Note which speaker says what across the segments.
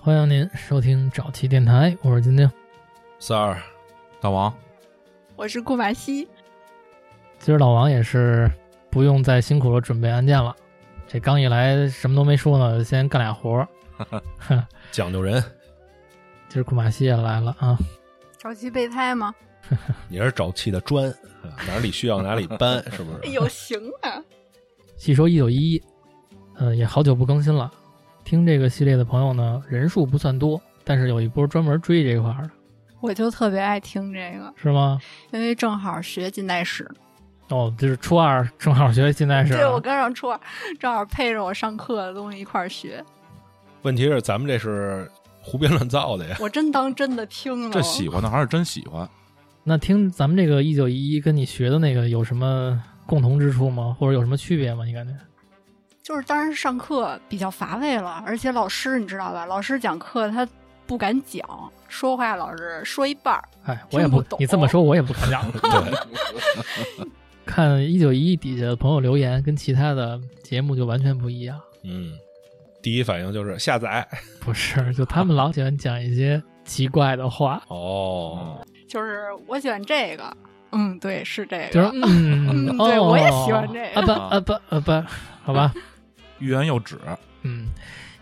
Speaker 1: 欢迎您收听找气电台，我是晶晶。
Speaker 2: 三儿，
Speaker 3: 大王，
Speaker 4: 我是顾马西，
Speaker 1: 今儿老王也是不用再辛苦了准备案件了，这刚一来什么都没说呢，先干俩活儿。
Speaker 2: 讲究人，
Speaker 1: 今儿库马西也来了啊，
Speaker 4: 找齐备胎吗？
Speaker 2: 你是找气的砖，啊哪里需要哪里 搬，是不
Speaker 4: 哎
Speaker 2: 是？
Speaker 4: 呦，行啊！
Speaker 1: 细说一九一一，呃，也好久不更新了。听这个系列的朋友呢，人数不算多，但是有一波专门追这块儿的，
Speaker 4: 我就特别爱听这个，
Speaker 1: 是吗？
Speaker 4: 因为正好学近代史，
Speaker 1: 哦，就是初二正好学近代史啊，
Speaker 4: 对我刚上初二，正好配着我上课的东西一块儿学，
Speaker 2: 问题是咱们这是胡编乱造的呀，
Speaker 4: 我真当真的听了。
Speaker 3: 这喜欢的还是真喜欢。
Speaker 1: 那听咱们这个一九一一跟你学的那个有什么共同之处吗？或者有什么区别吗？你感觉？
Speaker 4: 就是当时上课比较乏味了，而且老师你知道吧，老师讲课他不敢讲，说话老是说一半儿，
Speaker 1: 哎，我也不
Speaker 4: 听不懂
Speaker 1: 你这么说，我也不敢讲。
Speaker 2: 对，
Speaker 1: 看一九一一底下的朋友留言，跟其他的节目就完全不一样。
Speaker 2: 嗯，第一反应就是下载，
Speaker 1: 不是，就他们老喜欢讲一些奇怪的话，
Speaker 2: 哦，
Speaker 4: 就是我喜欢这个，嗯，对，是这
Speaker 1: 就是
Speaker 4: 个，
Speaker 1: 嗯，
Speaker 4: 嗯
Speaker 1: 哦、
Speaker 4: 对我也喜欢这个
Speaker 1: 啊不啊不啊不，好 吧，
Speaker 3: 欲言又止，
Speaker 1: 嗯，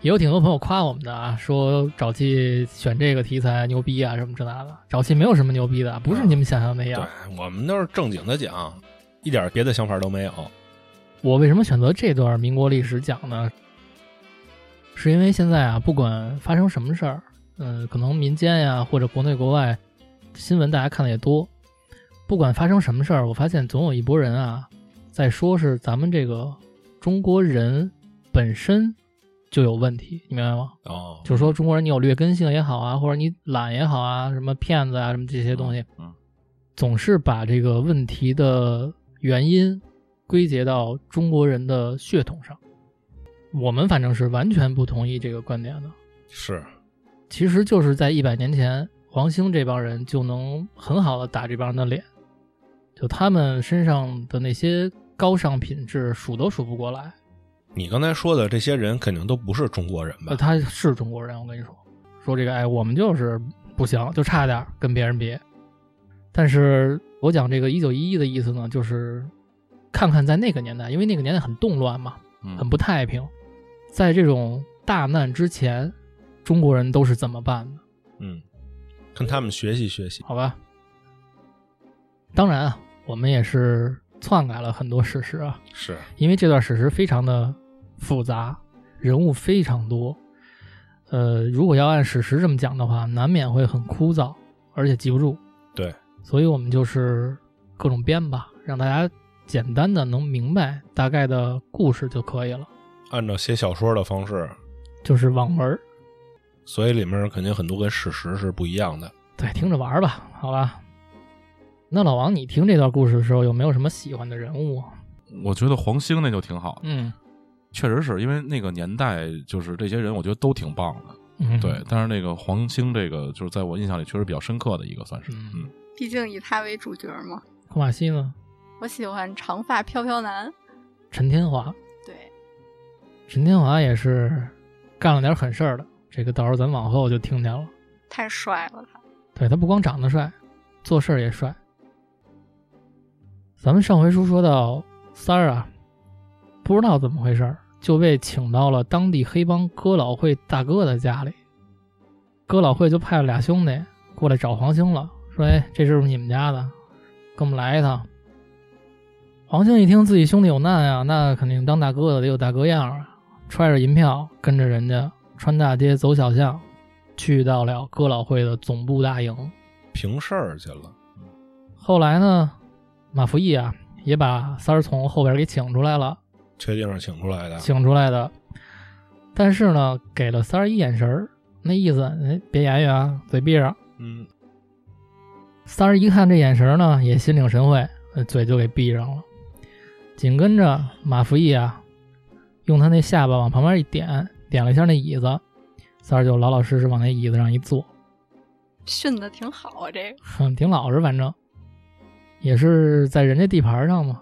Speaker 1: 也有挺多朋友夸我们的啊，说沼气选这个题材牛逼啊，什么这那的。沼气没有什么牛逼的，
Speaker 4: 啊
Speaker 1: 不是你们想象那
Speaker 2: 对
Speaker 1: 样。
Speaker 2: 我们都是正经的讲，一点别的想法都没有。
Speaker 1: 我为什么选择这段民国历史讲呢？是因为现在啊，不管发生什么事儿，嗯、可能民间呀，或者国内国外新闻，大家看的也多。不管发生什么事儿，我发现总有一拨人啊，在说是咱们这个中国人本身就有问题，你明白吗？
Speaker 2: 哦，
Speaker 1: 就是说中国人你有劣根性也好啊，或者你懒也好啊，什么骗子啊，什么这些东西，
Speaker 3: 嗯，
Speaker 1: 总是把这个问题的原因归结到中国人的血统上。我们反正是完全不同意这个观点的。
Speaker 3: 嗯
Speaker 2: 是，
Speaker 1: 其实就是在一百年前，黄兴这帮人就能很好的打这帮人的脸，就他们身上的那些高尚品质数都数不过来。
Speaker 2: 你刚才说的这些人肯定都不是中国人吧
Speaker 1: 呃，？他是中国人，我跟你说，说这个，哎，我们就是不行，就差点儿跟别人比。但是我讲这个一九一一的意思呢，就是看看在那个年代，因为那个年代很动乱嘛，
Speaker 3: 嗯
Speaker 1: 很不太平，在这种大难之前，中国人都是怎么办的？
Speaker 2: 嗯，跟他们学习学习。
Speaker 1: 好吧。当然啊，我们也是篡改了很多史实啊，
Speaker 2: 是，
Speaker 1: 因为这段史实非常的复杂，人物非常多。呃，如果要按史实这么讲的话，难免会很枯燥，而且记不住。
Speaker 2: 对，
Speaker 1: 所以我们就是各种编吧，让大家简单的能明白大概的故事就可以了，
Speaker 2: 按照写小说的方式，
Speaker 1: 就是网文儿。
Speaker 2: 所以里面肯定很多跟史实是不一样的。
Speaker 1: 对，听着玩儿吧，好吧。那老王，你听这段故事的时候，有没有什么喜欢的人物啊？
Speaker 3: 我觉得黄兴那就挺好的，
Speaker 1: 嗯
Speaker 3: 确实是因为那个年代，就是这些人，我觉得都挺棒的。
Speaker 1: 嗯，
Speaker 3: 对，，但是那个黄兴这个，就是在我印象里确实比较深刻的一个，算是。
Speaker 1: 嗯
Speaker 3: 嗯，
Speaker 4: 毕竟以他为主角嘛。
Speaker 1: 库马西呢？
Speaker 4: 我喜欢长发飘飘男，
Speaker 1: 陈天华，
Speaker 4: 对，
Speaker 1: 陈天华也是干了点狠事儿的，这个到时候咱往后就听见了。
Speaker 4: 太帅了他。
Speaker 1: 对他不光长得帅，做事儿也帅。咱们上回书说到三儿啊，不知道怎么回事儿就被请到了当地黑帮哥老会大哥的家里，哥老会就派了俩兄弟过来找黄兴了，说：“哎，这是不是你们家的？跟我们来一趟。”黄兴一听自己兄弟有难啊，那肯定当大哥的得有大哥样儿啊，揣着银票跟着人家穿大街走小巷，去到了哥老会的总部大营。
Speaker 2: 平事儿去了，
Speaker 1: 后来呢，马福义啊也把三儿从后边给请出来了，
Speaker 2: 确定是请出
Speaker 3: 啊
Speaker 2: 来的。
Speaker 1: 请出来的。但是呢，给了三儿一眼神儿，那意思，哎，别言语啊，嘴闭上。
Speaker 2: 嗯，
Speaker 1: 三儿一看这眼神儿呢，也心领神会，呃嘴就给闭上了。紧跟着马福义啊，用他那下巴往旁边一点，点了一下那椅子，三儿就老老实实往那椅子上一坐。
Speaker 4: 训的挺好啊，这个
Speaker 1: 嗯， 挺老实，反正也是在人家地盘上嘛。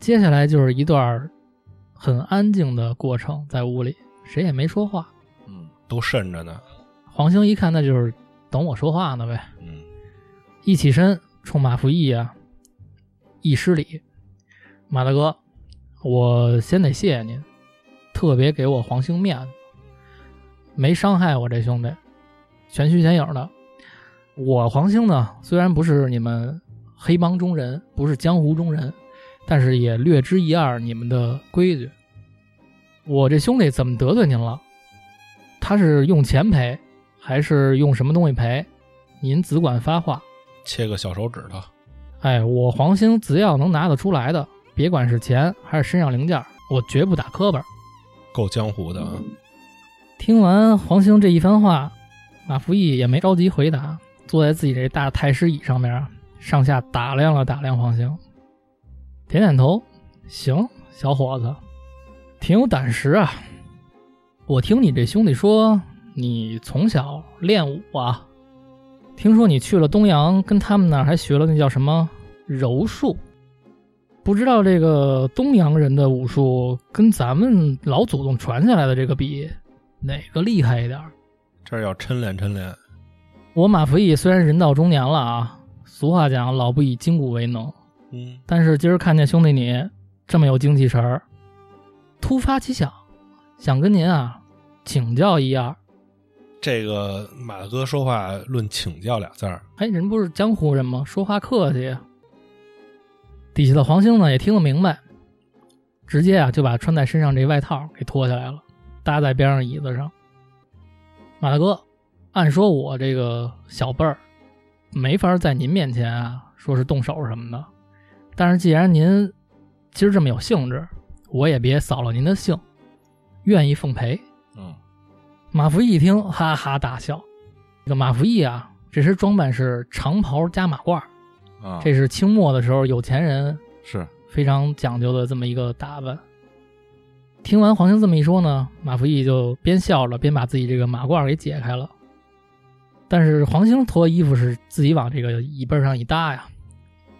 Speaker 1: 接下来就是一段很安静的过程，在屋里谁也没说话，
Speaker 3: 嗯，
Speaker 2: 都渗着呢。
Speaker 1: 黄兴一看，那就是等我说话呢呗。
Speaker 2: 嗯，
Speaker 1: 一起身冲马福义啊一施礼，马大哥，我先得谢谢您，特别给我黄兴面子，没伤害我这兄弟，全虚全影的。我黄兴呢，虽然不是你们黑帮中人，不是江湖中人，但是也略知一二你们的规矩。我这兄弟怎么得罪您了？他是用钱赔，还是用什么东西赔？您只管发话。
Speaker 2: 切个小手指头，
Speaker 1: 哎，我黄兴只要能拿得出来的，别管是钱还是身上零件，我绝不打磕巴。
Speaker 2: 够江湖的啊！
Speaker 1: 嗯听完黄兴这一番话，马福义也没着急回答，坐在自己这大太师椅上面啊，上下打量了打量黄兴，点点头，行，小伙子，挺有胆识啊。我听你这兄弟说，你从小练武啊，听说你去了东阳，跟他们那儿还学了那叫什么柔术。不知道这个东洋人的武术跟咱们老祖宗传下来的这个比，哪个厉害一点儿？
Speaker 2: 这儿要抻练抻练，
Speaker 1: 我马福义虽然人到中年了啊，俗话讲老不以筋骨为能，
Speaker 2: 嗯，
Speaker 1: 但是今儿看见兄弟你这么有精气神儿，突发奇想，想跟您啊请教一二。
Speaker 2: 这个马大哥说话论请教俩字儿，
Speaker 1: 哎，人不是江湖人吗？说话客气呀。底下的黄兴呢也听得明白，直接啊就把穿在身上这外套给脱下来了，搭在边上椅子上。马大哥，按说我这个小辈儿没法在您面前啊说是动手什么的，但是既然您今儿这么有兴致，我也别扫了您的兴，愿意奉陪。
Speaker 3: 嗯，
Speaker 1: 马福义一听，哈哈大笑。这个马福义啊，这身装扮是长袍加马褂儿，
Speaker 3: 啊，
Speaker 1: 这是清末的时候有钱人
Speaker 3: 是
Speaker 1: 非常讲究的这么一个打扮。听完黄兴这么一说呢，马福义就边笑着边把自己这个马褂儿给解开了。但是黄兴脱衣服是自己往这个椅背上一搭呀，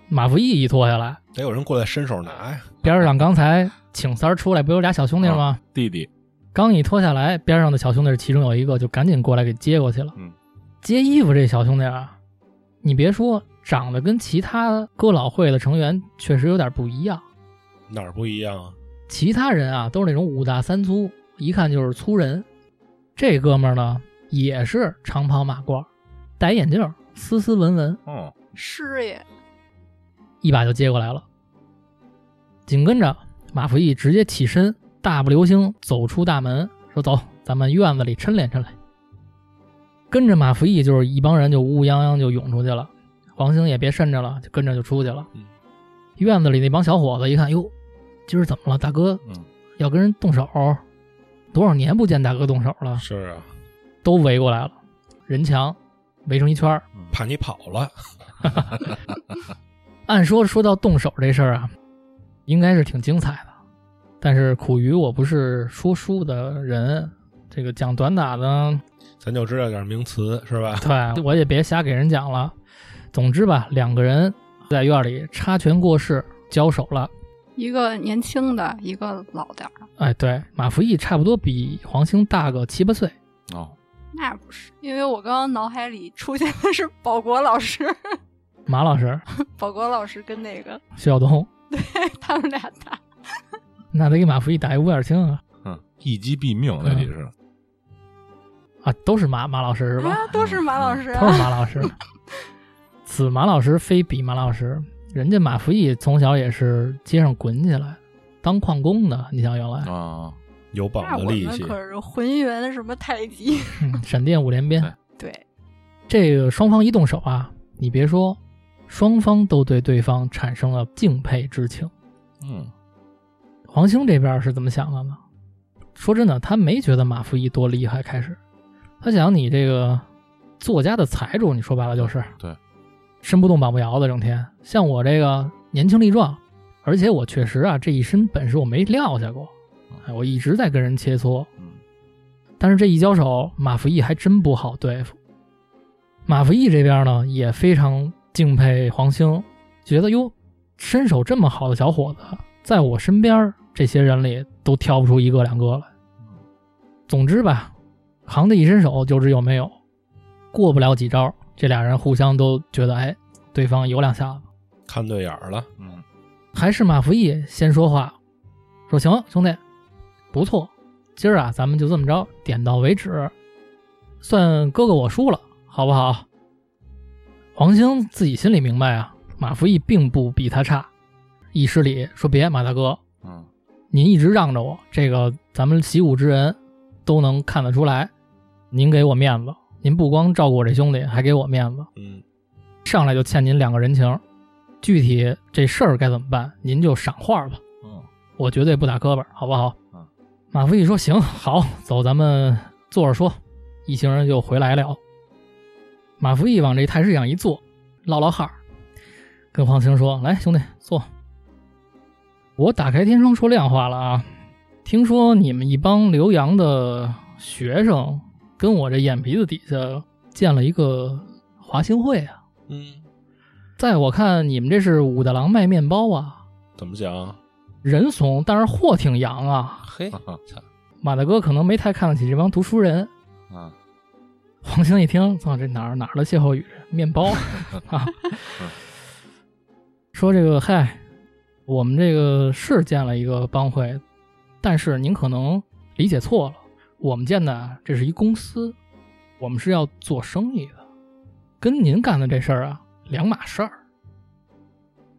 Speaker 1: 马福义一脱下来，
Speaker 2: 得有人过来伸手拿呀。
Speaker 1: 边上刚才请三儿出来不有俩小兄弟吗？
Speaker 3: 弟弟，
Speaker 1: 刚一脱下来，边上的小兄弟其中有一个就赶紧过来给接过去了。
Speaker 3: 嗯，
Speaker 1: 接衣服这小兄弟啊，你别说，长得跟其他哥老会的成员确实有点不一样。
Speaker 2: 哪儿不一样啊？
Speaker 1: 其他人啊都是那种五大三粗，一看就是粗人。这哥们儿呢也是长袍马褂，戴眼镜，斯斯文文，
Speaker 3: 哦，
Speaker 4: 师爷，
Speaker 1: 一把就接过来了。紧跟着，马福义直接起身，大步流星走出大门，说：“走，咱们院子里抻练抻练。”跟着马福义就是一帮人就乌泱泱就涌出去了。黄兴也别慎着了，就跟着就出去了。
Speaker 2: 嗯
Speaker 1: 院子里那帮小伙子一看，哟，今儿怎么了，大哥
Speaker 3: 嗯，
Speaker 1: 要跟人动手？多少年不见大哥动手了，
Speaker 2: 是啊，
Speaker 1: 都围过来了，人墙围成一圈儿。
Speaker 3: 嗯
Speaker 2: 怕你跑了，
Speaker 1: 按说说到动手这事儿啊，应该是挺精彩的，但是苦于我不是说书的人，这个讲短打的，
Speaker 2: 咱就知道点名词是吧？
Speaker 1: 对我也别瞎给人讲了。总之吧，两个人在院里插拳过世，交手了。
Speaker 4: 一个年轻的，一个老点儿，
Speaker 1: 哎，对，马福义差不多比黄兴大个七八岁。
Speaker 3: 哦，
Speaker 4: 那不是，因为我刚刚脑海里出现的是保国老师，
Speaker 1: 马老师、
Speaker 4: 保国老师跟那个哎
Speaker 1: 徐晓东，
Speaker 4: 他们俩打，
Speaker 1: 那得给马福义打一五眼青啊！
Speaker 3: 嗯，一击毙命，那里是，
Speaker 1: 啊，都是马马老师是吧？
Speaker 4: 啊，都是马老师、
Speaker 1: 都是
Speaker 4: 啊，
Speaker 1: 马老师。此马老师非彼马老师，人家马福义从小也是街上滚起来，当矿工的。你想原来，
Speaker 3: 啊，
Speaker 2: 有膀
Speaker 4: 那
Speaker 2: 子
Speaker 4: 我
Speaker 2: 力
Speaker 4: 们
Speaker 2: 气，
Speaker 4: 可是浑元什么太极，
Speaker 1: 嗯闪电五连鞭
Speaker 3: 对，
Speaker 4: 对，
Speaker 1: 这个双方一动手啊，你别说，双方都对对方产生了敬佩之情。
Speaker 3: 嗯，
Speaker 1: 黄兴这边是怎么想的呢？说真的，他没觉得马福义多厉害，开始，他想你这个作家的财主，你说白了就是
Speaker 3: 对，
Speaker 1: 身不动膀不摇的，整天像我这个年轻力壮，而且我确实啊这一身本事我没撂下过，哎，我一直在跟人切磋，
Speaker 3: 嗯，
Speaker 1: 但是这一交手，马福义还真不好对付。马福义这边呢也非常敬佩黄兴，觉得哟，身手这么好的小伙子，在我身边儿这些人里都挑不出一个两个来。总之吧，扛的一伸手就知有没有。过不了几招，这俩人互相都觉得，哎，对方有两下子。
Speaker 2: 看对眼儿了，
Speaker 3: 嗯，
Speaker 1: 还是马福义先说话，说行，兄弟，不错，今儿啊，咱们就这么着，点到为止，算哥哥我输了，好不好？黄兴自己心里明白啊，马福义并不比他差，一失礼说别，马大哥，
Speaker 3: 嗯，
Speaker 1: 您一直让着我，这个咱们习武之人都能看得出来，您给我面子，您不光照顾我这兄弟，还给我面子。
Speaker 2: 嗯，
Speaker 1: 上来就欠您两个人情，具体这事儿该怎么办，您就赏画吧，
Speaker 3: 嗯，
Speaker 1: 我绝对不打胳膊，好不好
Speaker 3: 嗯？
Speaker 1: 马福义说：“行，好，走，咱们坐着说。”一行人就回来了。马福义往这台式上一坐，唠唠汗儿，跟黄兴说：“来，兄弟，坐。我打开天窗说亮话了啊！听说你们一帮留洋的学生跟我这眼皮子底下建了一个华兴会啊！
Speaker 2: 嗯，
Speaker 1: 在我看，你们这是武大郎卖面包啊，
Speaker 2: 怎么讲？
Speaker 1: 人怂，但是货挺洋啊。
Speaker 2: 嘿，
Speaker 3: 啊
Speaker 2: 操
Speaker 1: 马大哥可能没太看得起这帮读书人。
Speaker 3: 啊，
Speaker 1: 黄兴一听，操，这哪儿哪儿的歇后语，面包啊！说这个，嗨，我们这个是建了一个帮会，但是您可能理解错了，我们建的这是一公司，我们是要做生意的，跟您干的这事儿啊两码事儿。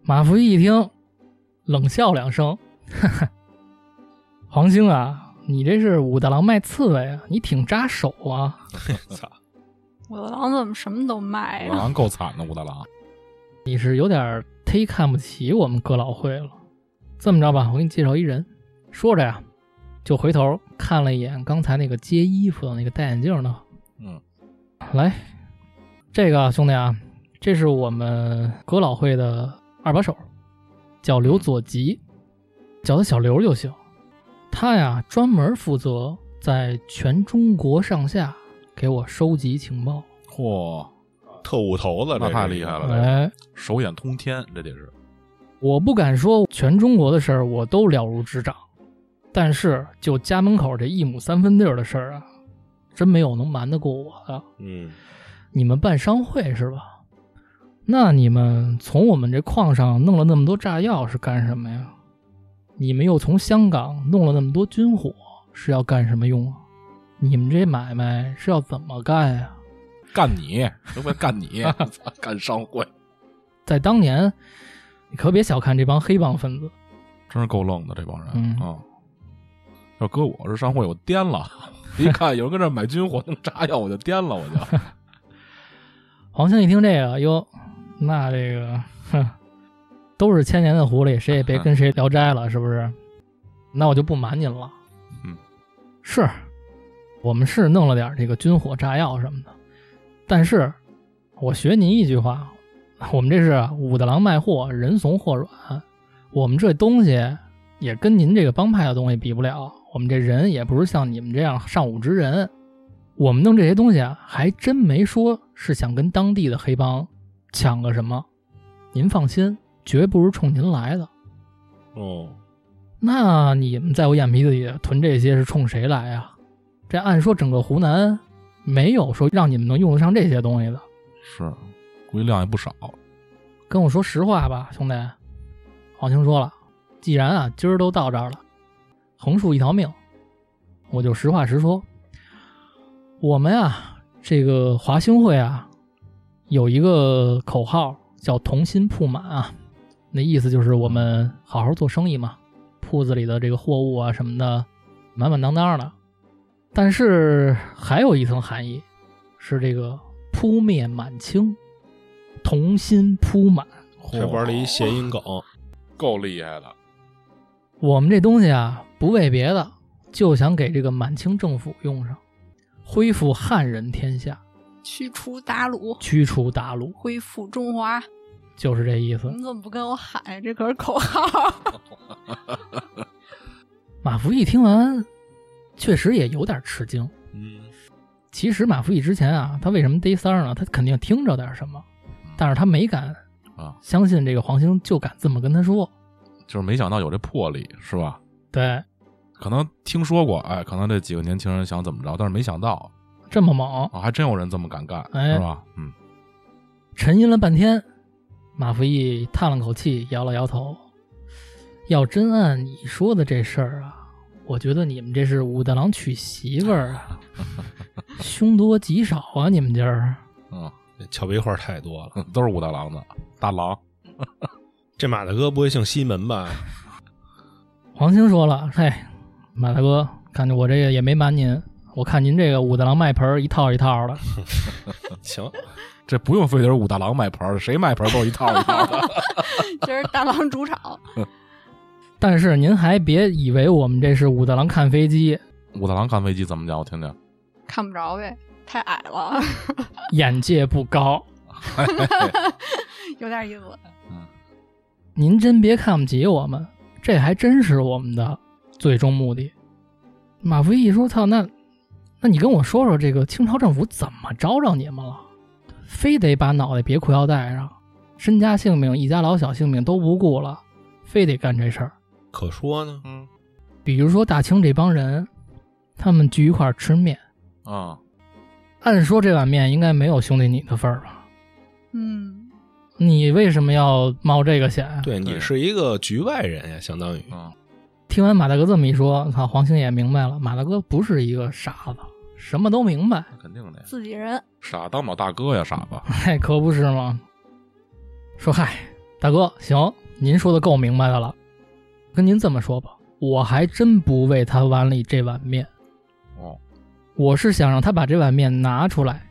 Speaker 1: 马福义一听，冷笑两声， 哈哈，黄兴啊，你这是武大郎卖刺猬啊，你挺扎手啊。
Speaker 2: 操，
Speaker 4: 武大郎怎么什么都卖啊
Speaker 3: 武
Speaker 4: 呀、
Speaker 3: 大郎够惨的，武大郎，
Speaker 1: 你是有点儿忒看不起我们哥老会了。这么着吧，我给你介绍一人。说着呀，就回头看了一眼刚才那个接衣服的那个戴眼镜的。
Speaker 3: 嗯，
Speaker 1: 来，这个兄弟啊，这是我们哥老会的二把手，叫刘左吉，叫他小刘就行。他呀，专门负责在全中国上下给我收集情报。
Speaker 3: 嚯，
Speaker 2: 特务头子，
Speaker 3: 那
Speaker 2: 这
Speaker 3: 太
Speaker 2: 是
Speaker 3: 厉害了
Speaker 1: 哎，
Speaker 3: 手眼通天，这得是，
Speaker 1: 我不敢说全中国的事儿我都了如指掌，但是就家门口这一亩三分地儿的事儿啊，真没有能瞒得过我的。
Speaker 2: 嗯，
Speaker 1: 你们办商会是吧？那你们从我们这矿上弄了那么多炸药是干什么呀？你们又从香港弄了那么多军火是要干什么用啊？你们这买卖是要怎么干呀、
Speaker 3: 干 你，都快干你， 操干商会，
Speaker 1: 在当年，你可别小看这帮黑帮分子，
Speaker 3: 真是够愣的这帮人
Speaker 1: 嗯
Speaker 3: 啊！要搁我是商会，我颠了， 一看有人跟这儿买军火弄炸药，我就颠了，我就，
Speaker 1: 黄兴一听这个，哟，那这个，哼，都是千年的狐狸，谁也别跟谁聊斋了，是不是？那我就不瞒您了。
Speaker 3: 嗯，
Speaker 1: 是，我们是弄了点这个军火、炸药什么的，但是我学您一句话，我们这是武大郎卖货，人怂货软，我们这东西也跟您这个帮派的东西比不了，我们这人也不是像你们这样尚武之人。我们弄这些东西啊，还真没说是想跟当地的黑帮抢个什么。您放心，绝不是冲您来的。
Speaker 2: 哦，
Speaker 1: 那你们在我眼皮子底下囤这些是冲谁来啊？这按说整个湖南没有说让你们能用得上这些东西的。
Speaker 3: 是，估计量也不少，
Speaker 1: 跟我说实话吧，兄弟。黄兴说了，既然啊今儿都到这儿了，横竖一条命，我就实话实说。我们啊，这个华兴会啊，有一个口号叫“同心铺满”啊，那意思就是我们好好做生意嘛，铺子里的这个货物啊什么的，满满当当的。但是还有一层含义，是这个扑灭满清，同心铺满。
Speaker 2: 还玩了一谐音梗，
Speaker 3: 够厉害的，
Speaker 1: 我们这东西啊，不为别的，就想给这个满清政府用上，恢复汉人天下，
Speaker 4: 驱除鞑虏，
Speaker 1: 驱除鞑虏，
Speaker 4: 恢复中华。
Speaker 1: 就是这意思。
Speaker 4: 你怎么不跟我喊呀？这可是口号。
Speaker 1: 马福义听完，确实也有点吃惊。
Speaker 2: 嗯，
Speaker 1: 其实马福义之前啊，他为什么逮三儿呢？他肯定听着点什么，但是他没敢
Speaker 3: 啊
Speaker 1: 相信这个黄兴就敢这么跟他说。
Speaker 3: 就是没想到有这魄力，是吧？
Speaker 1: 对，
Speaker 3: 可能听说过，哎，可能这几个年轻人想怎么着，但是没想到
Speaker 1: 这么猛，
Speaker 3: 啊，还真有人这么敢干，
Speaker 1: 哎
Speaker 3: 是吧？嗯，
Speaker 1: 沉吟了半天，马福义叹了口气，摇了摇头。要真按你说的这事儿啊，我觉得你们这是武大郎娶媳妇儿啊，凶多吉少啊，你们这儿。
Speaker 3: 嗯，
Speaker 2: 俏皮话太多了。
Speaker 3: 都是武大郎的大郎，
Speaker 2: 这马大哥不会姓西门吧？
Speaker 1: 黄兴说了：“嘿，马大哥，看我这个也没瞒您，我看您这个武大郎卖盆儿一套一套的，
Speaker 2: 行，
Speaker 3: 这不用非得是武大郎卖盆儿，谁卖盆儿都一套一套的。
Speaker 4: 这是大郎主场，
Speaker 1: 但是您还别以为我们这是武大郎看飞机，
Speaker 3: 武大郎干飞机怎么讲？我听听。
Speaker 4: 看不着呗，太矮了，
Speaker 1: 眼界不高。
Speaker 4: 有点意思。
Speaker 1: 您真别看不起我们，这还真是我们的最终目的。马福义说：“操，那，那你跟我说说这个清朝政府怎么招着你们了？非得把脑袋别裤腰带上，身家性命、一家老小性命都不顾了，非得干这事儿。
Speaker 2: 可说呢。
Speaker 3: 嗯
Speaker 1: 比如说大清这帮人，他们聚一块儿吃面，
Speaker 3: 啊，
Speaker 1: 按说这碗面应该没有兄弟你的份儿吧？
Speaker 4: 嗯，
Speaker 1: 你为什么要冒这个险？啊
Speaker 2: 对
Speaker 3: 对
Speaker 2: 你是一个局外人呀，相当于
Speaker 3: 嗯
Speaker 1: 听完马大哥这么一说，操，黄兴也明白了，马大哥不是一个傻子，什么都明白，
Speaker 3: 那肯定的呀，
Speaker 4: 自己人，
Speaker 3: 傻当不了大哥呀，傻 子。
Speaker 1: 嗨，哎可不是吗？说嗨，大哥，行，您说的够明白的了，跟您这么说吧，我还真不为他碗里这碗面，
Speaker 3: 哦，
Speaker 1: 我是想让他把这碗面拿出来，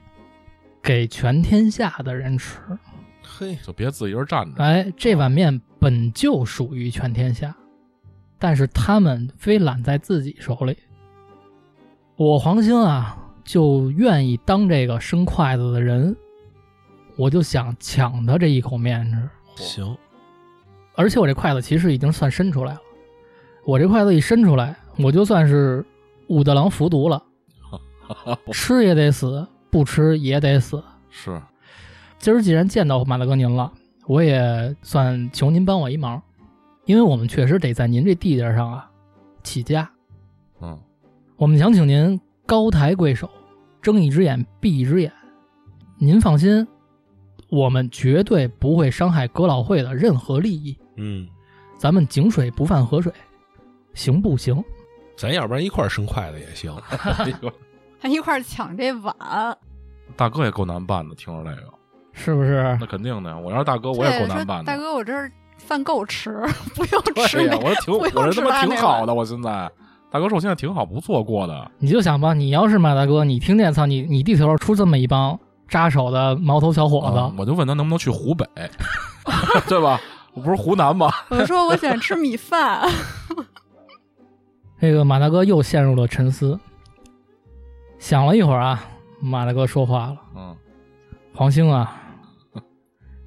Speaker 1: 给全天下的人吃。
Speaker 2: 嘿，
Speaker 3: 就别自己一人站着。
Speaker 1: 哎，这碗面本就属于全天下，但是他们非揽在自己手里。我黄兴啊，就愿意当这个生筷子的人，我就想抢他这一口面吃。
Speaker 2: 行，
Speaker 1: 而且我这筷子其实已经算伸出来了，我这筷子一伸出来，我就算是武大郎服毒了，吃也得死，不吃也得死。
Speaker 3: 是，
Speaker 1: 今儿既然见到马大哥您了，我也算求您帮我一忙，因为我们确实得在您这地界上啊起家，
Speaker 3: 嗯，
Speaker 1: 我们想请您高抬贵手，睁一只眼闭一只眼。您放心，我们绝对不会伤害哥老会的任何利益，
Speaker 2: 嗯，
Speaker 1: 咱们井水不犯河水，行不行？
Speaker 2: 咱要不然一块儿生筷子也行。
Speaker 3: 哎呦
Speaker 4: 还一块儿抢这
Speaker 3: 哦
Speaker 4: 碗，
Speaker 3: 大哥也够难办的，听着这个，
Speaker 1: 是不是
Speaker 3: 那？肯定的呀。我要是大哥，
Speaker 4: 对
Speaker 3: 我也够
Speaker 4: 说
Speaker 3: 难办的。
Speaker 4: 大哥，我这儿饭够吃，不用
Speaker 3: 对
Speaker 4: 吃
Speaker 3: 呀，
Speaker 4: 那。
Speaker 3: 我这挺，
Speaker 4: 不
Speaker 3: 我
Speaker 4: 用
Speaker 3: 这
Speaker 4: 吃
Speaker 3: 他妈
Speaker 4: 拉
Speaker 3: 挺
Speaker 4: 面
Speaker 3: 好的，我现在。大哥说我现在挺好，不错过的。
Speaker 1: 你就想吧，你要是马大哥，你听见操你你地头上出这么一帮扎手的毛头小伙子，
Speaker 3: 嗯我就问他能不能去湖 北，对吧？我不是湖南吗？
Speaker 4: 我说我想吃米饭，
Speaker 1: 这个马大哥又陷入了沉思，想了一会儿啊，马大哥说话了
Speaker 3: 嗯，：“
Speaker 1: 黄兴啊，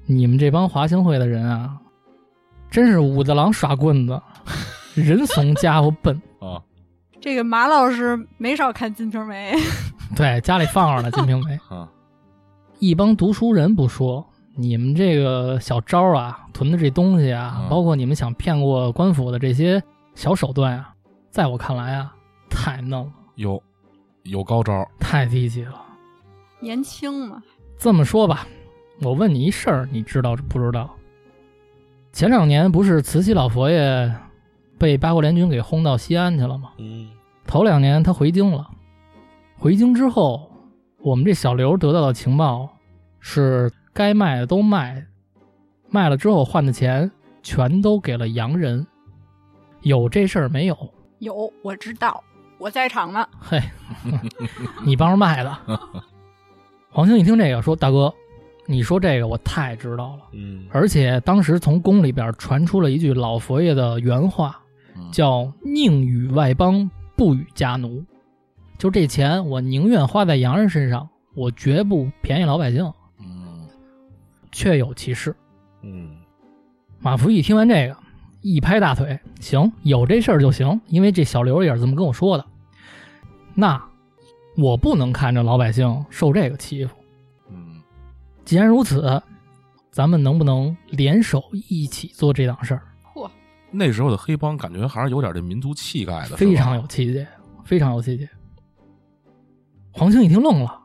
Speaker 1: 你们这帮华兴会的人啊，真是武大郎耍棍子，人怂家伙笨。
Speaker 3: 啊，
Speaker 4: 这个马老师没少看《金瓶梅》，
Speaker 1: 对，家里放着呢《金瓶梅》，
Speaker 3: 嗯，
Speaker 1: 一帮读书人不说，你们这个小招儿啊，囤的这东西啊
Speaker 3: 嗯，
Speaker 1: 包括你们想骗过官府的这些小手段啊，在我看来啊，太嫩了，
Speaker 3: 有有高招，
Speaker 1: 太低级了。”
Speaker 4: 年轻嘛，
Speaker 1: 这么说吧，我问你一事儿，你知道不知道？前两年不是慈禧老佛爷被八国联军给轰到西安去了吗？
Speaker 2: 嗯，
Speaker 1: 头两年他回京了，回京之后，我们这小刘得到的情报是该卖的都卖，卖了之后换的钱全都给了洋人，有这事儿没有？
Speaker 4: 有我知道，我在场呢。
Speaker 1: 嘿， 你帮着卖的。黄兴一听这个，说：“大哥，你说这个我太知道了。”
Speaker 2: 嗯，
Speaker 1: 而且当时从宫里边传出了一句老佛爷的原话
Speaker 3: 嗯，
Speaker 1: 叫“宁与外邦，不与家奴”。就这钱，我宁愿花在洋人身上，我绝不便宜老百姓。
Speaker 3: 嗯，
Speaker 1: 确有其事。
Speaker 2: 嗯，
Speaker 1: 马福义听完这个，一拍大腿，行，有这事儿就行，因为这小刘也是这么跟我说的。那我不能看着老百姓受这个欺负。
Speaker 3: 嗯，
Speaker 1: 既然如此，咱们能不能联手一起做这档事儿？
Speaker 4: 嚯，
Speaker 3: 那时候的黑帮感觉还是有点这民族气概的，是吧
Speaker 1: 非常有气节，非常有气节。黄庆一听愣了，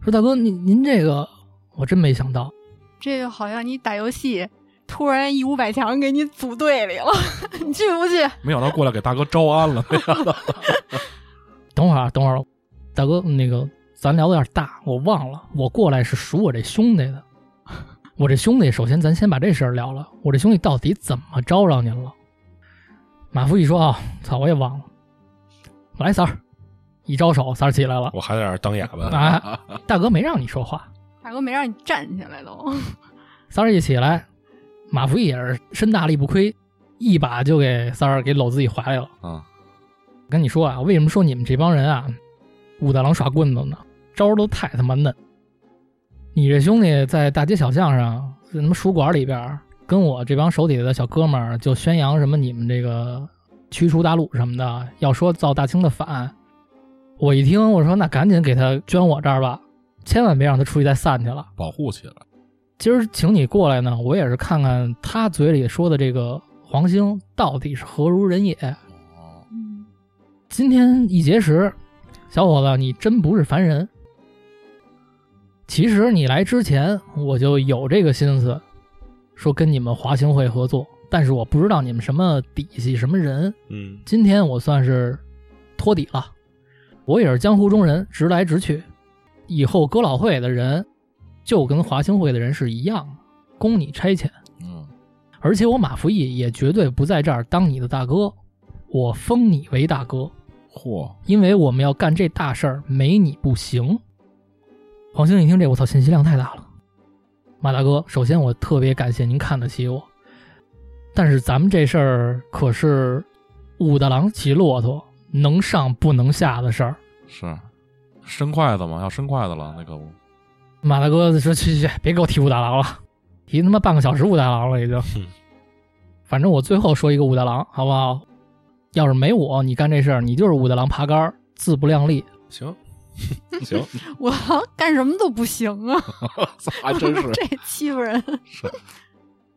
Speaker 1: 说：“大哥，您您这个我真没想到。
Speaker 4: 这就好像你打游戏突然一五百强给你组队里了， 你去不去？
Speaker 3: 没想到过来给大哥招安了，没 想到。
Speaker 1: 等会儿啊，等会儿，大哥，那个咱聊的有点大，我忘了，我过来是赎我这兄弟的。 我这兄弟，首先咱先把这事儿聊了，我这兄弟到底怎么招着您了？”马夫一说：“啊，操，我也忘了。”来，三儿，一招手，三儿起来了。
Speaker 2: 我还在那儿当哑巴。
Speaker 1: 啊，大哥没让你说话。
Speaker 4: 大哥没让你站起来都，
Speaker 1: 三儿一起来，马福义也是身大力不亏，一把就给三儿给搂自己怀里了。
Speaker 3: 啊，
Speaker 1: 跟你说啊，为什么说你们这帮人啊，武大郎耍棍子呢？招儿都太他妈嫩。你这兄弟在大街小巷上，什么书馆里边儿，跟我这帮手底下的小哥们儿就宣扬什么你们这个驱除鞑虏什么的，要说造大清的反。我一听，我说那赶紧给他捐我这儿吧，千万别让他出去再散去了。
Speaker 3: 保护起来，
Speaker 1: 今儿请你过来呢，我也是看看他嘴里说的这个黄兴到底是何如人也。
Speaker 3: 哦，
Speaker 1: 今天一结识，小伙子，你真不是凡人。其实你来之前，我就有这个心思，说跟你们华兴会合作，但是我不知道你们什么底细、什么人。
Speaker 2: 嗯，
Speaker 1: 今天我算是托底了，我也是江湖中人，直来直去。以后哥老会的人就跟华兴会的人是一样的，供你差遣。
Speaker 3: 嗯，
Speaker 1: 而且我马福义也绝对不在这儿当你的大哥，我封你为大哥，
Speaker 3: 嚯，
Speaker 1: 因为我们要干这大事儿，没你不行。黄兴一听这，我操，信息量太大了。马大哥，首先我特别感谢您看得起我，但是咱们这事儿可是武大郎骑骆驼，能上不能下的事儿。
Speaker 3: 是伸筷子吗？要伸筷子了，那可 不，
Speaker 1: 马大哥说：“去去去，别给我提武大郎了，提他妈半个小时武大郎了已经。
Speaker 2: 哼
Speaker 1: 反正我最后说一个武大郎，好不好？要是没我，你干这事儿，你就是武大郎爬杆儿，自不量力。
Speaker 2: 行行，
Speaker 4: 我干什么都不行啊！
Speaker 3: 还真是
Speaker 4: 这欺负人。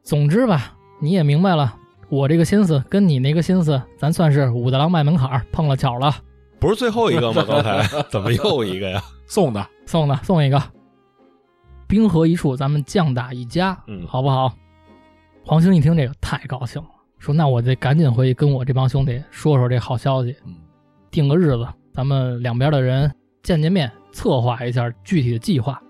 Speaker 1: 总之吧，你也明白了，我这个心思跟你那个心思，咱算是武大郎迈门槛儿，碰了巧了。
Speaker 2: 不是最后一个 吗？刚才怎么又一个呀？
Speaker 3: 送的，
Speaker 1: 送的送一个，冰河一处，咱们将打一家，
Speaker 2: 嗯
Speaker 1: 好不好？黄兴一听这个太高兴了，说：“那我得赶紧回去跟我这帮兄弟说说这好消息，
Speaker 3: 嗯
Speaker 1: 定个日子，咱们两边的人见见面，策划一下具体的计划。”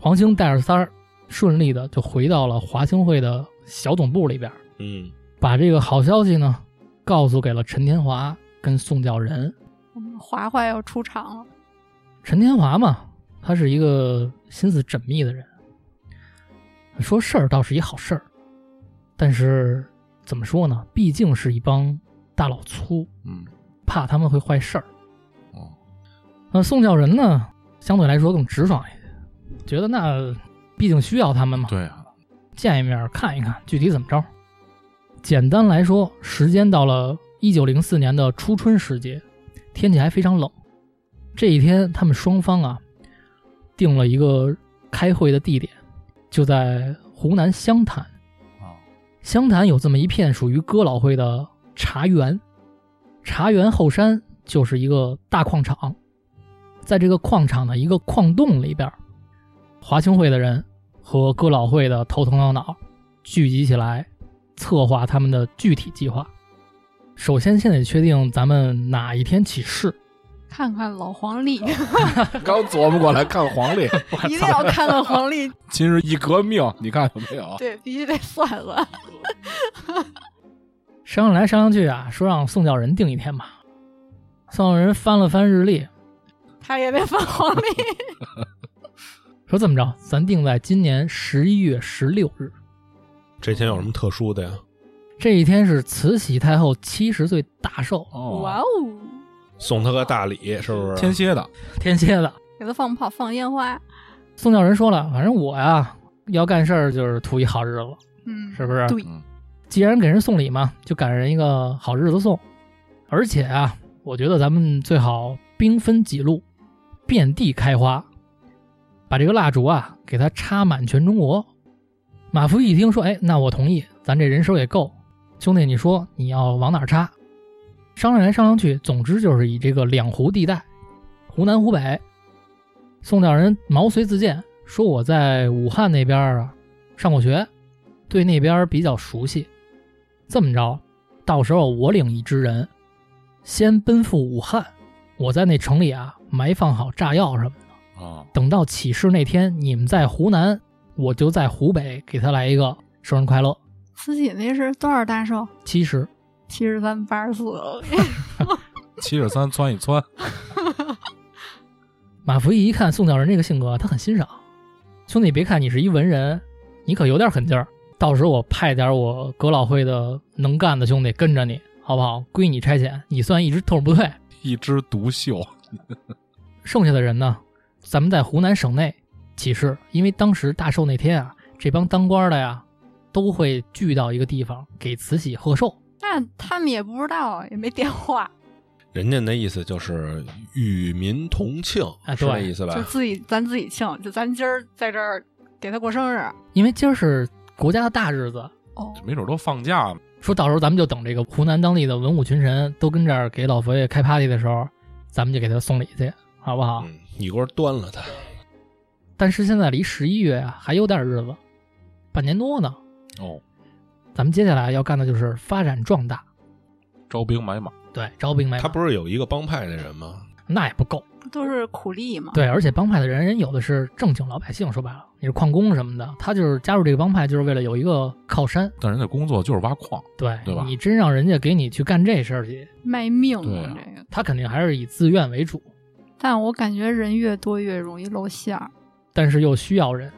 Speaker 1: 黄兴带着三儿顺利的就回到了华兴会的小总部里边，
Speaker 2: 嗯，
Speaker 1: 把这个好消息呢告诉给了陈天华跟宋教仁。
Speaker 4: 我们华华要出场了，
Speaker 1: 陈天华嘛，他是一个心思缜密的人，说事儿倒是一好事儿，但是怎么说呢？毕竟是一帮大老粗，
Speaker 3: 嗯，
Speaker 1: 怕他们会坏事儿。
Speaker 3: 哦，
Speaker 1: 那宋教仁呢，相对来说更直爽一些，觉得那毕竟需要他们嘛，
Speaker 3: 对啊，
Speaker 1: 见一面看一看具体怎么着。简单来说，时间到了一九零四年的初春时节，天气还非常冷。这一天，他们双方啊定了一个开会的地点，就在湖南湘潭。
Speaker 3: 啊，
Speaker 1: 湘潭有这么一片属于哥老会的茶园，茶园后山就是一个大矿场，在这个矿场的一个矿洞里边，华清会的人和哥老会的头头脑脑聚集起来，策划他们的具体计划。首先，先得确定咱们哪一天起事。
Speaker 4: 看看老黄历，
Speaker 3: 刚琢磨过来看 黄历，
Speaker 4: 一定要看看黄历，
Speaker 3: 今日一革命，你看有没有？
Speaker 4: 对，必须得算算。
Speaker 1: 商量来商量去啊，说让宋教仁定一天吧。宋教仁翻了翻日历，
Speaker 4: 他也得翻 黄历，
Speaker 1: 说这么着，咱定在今年十一月十六日。
Speaker 2: 这天有什么特殊的呀？
Speaker 1: 这一天是慈禧太后七十岁大寿，
Speaker 4: 哇
Speaker 3: 哦，
Speaker 4: 哦，
Speaker 2: 送他个大礼是不
Speaker 3: 天
Speaker 2: 是？
Speaker 3: 蝎的，
Speaker 1: 天蝎的。
Speaker 4: 给他放炮放烟花，
Speaker 1: 宋教仁说了，反正我呀要干事儿就是图一好日子，
Speaker 4: 嗯，
Speaker 1: 是不是
Speaker 4: 对，
Speaker 3: 嗯，
Speaker 1: 既然给人送礼嘛，就赶上人一个好日子送。而且啊，我觉得咱们最好兵分几路，遍地开花，把这个蜡烛啊给它插满全中国。马夫一听说，哎，那我同意，咱这人手也够。兄弟，你说你要往哪儿插？商量来商量去，总之就是以这个两湖地带，湖南、湖北。宋教仁毛遂自荐，说我在武汉那边啊上过学，对那边比较熟悉。这么着，到时候我领一支人，先奔赴武汉，我在那城里啊埋放好炸药什么的。
Speaker 3: 啊，
Speaker 1: 等到起事那天，你们在湖南，我就在湖北给他来一个生日快乐。
Speaker 4: 慈禧那是多少大寿？
Speaker 1: 其实
Speaker 4: 七十三、八十四。
Speaker 3: 七十三窜一窜，
Speaker 1: 马福义一看宋教仁这个性格，他很欣赏。兄弟，别看你是一文人，你可有点狠劲儿。到时候我派点我革老会的能干的兄弟跟着你，好不好？归你差遣，你算一支特种部队。
Speaker 3: 一枝独秀，
Speaker 1: 剩下的人呢，咱们在湖南省内起事，因为当时大寿那天啊，这帮当官的呀，都会聚到一个地方给慈禧贺寿。
Speaker 4: 那他们也不知道，也没电话，
Speaker 2: 人家那意思就是与民同庆，
Speaker 1: 啊
Speaker 2: 是
Speaker 1: 对
Speaker 2: 那意思
Speaker 4: 就
Speaker 2: 吧？
Speaker 4: 自己咱自己庆，就咱今儿在这儿给他过生日。
Speaker 1: 因为今儿是国家的大日子，
Speaker 4: 哦，
Speaker 3: 没准都放假嘛
Speaker 1: 说到时候咱们就等这个湖南当地的文武群臣都跟这儿给老佛爷开 party 的时候，咱们就给他送礼去，好不好？
Speaker 2: 嗯，一锅端了他，
Speaker 1: 但是现在离十一月啊还有点日子，半年多呢。
Speaker 3: 哦，
Speaker 1: 咱们接下来要干的就是发展壮大，
Speaker 3: 招兵买马，
Speaker 1: 对，招兵买马。
Speaker 2: 他不是有一个帮派的人吗？
Speaker 1: 那也不够，
Speaker 4: 不都是苦力
Speaker 3: 啊
Speaker 4: 吗？
Speaker 1: 对，而且帮派的人人有的是正经老百姓，说白了你是矿工什么的，他就是加入这个帮派就是为了有一个靠山，
Speaker 3: 但人家工作就是挖矿，
Speaker 1: 对，
Speaker 3: 对吧
Speaker 1: 你真让人家给你去干这事儿去，
Speaker 4: 卖命
Speaker 3: 对
Speaker 4: 啊
Speaker 3: 啊
Speaker 4: 这个。
Speaker 1: 他肯定还是以自愿为主，
Speaker 4: 但我感觉人越多越容易露馅儿。
Speaker 1: 但是又需要人，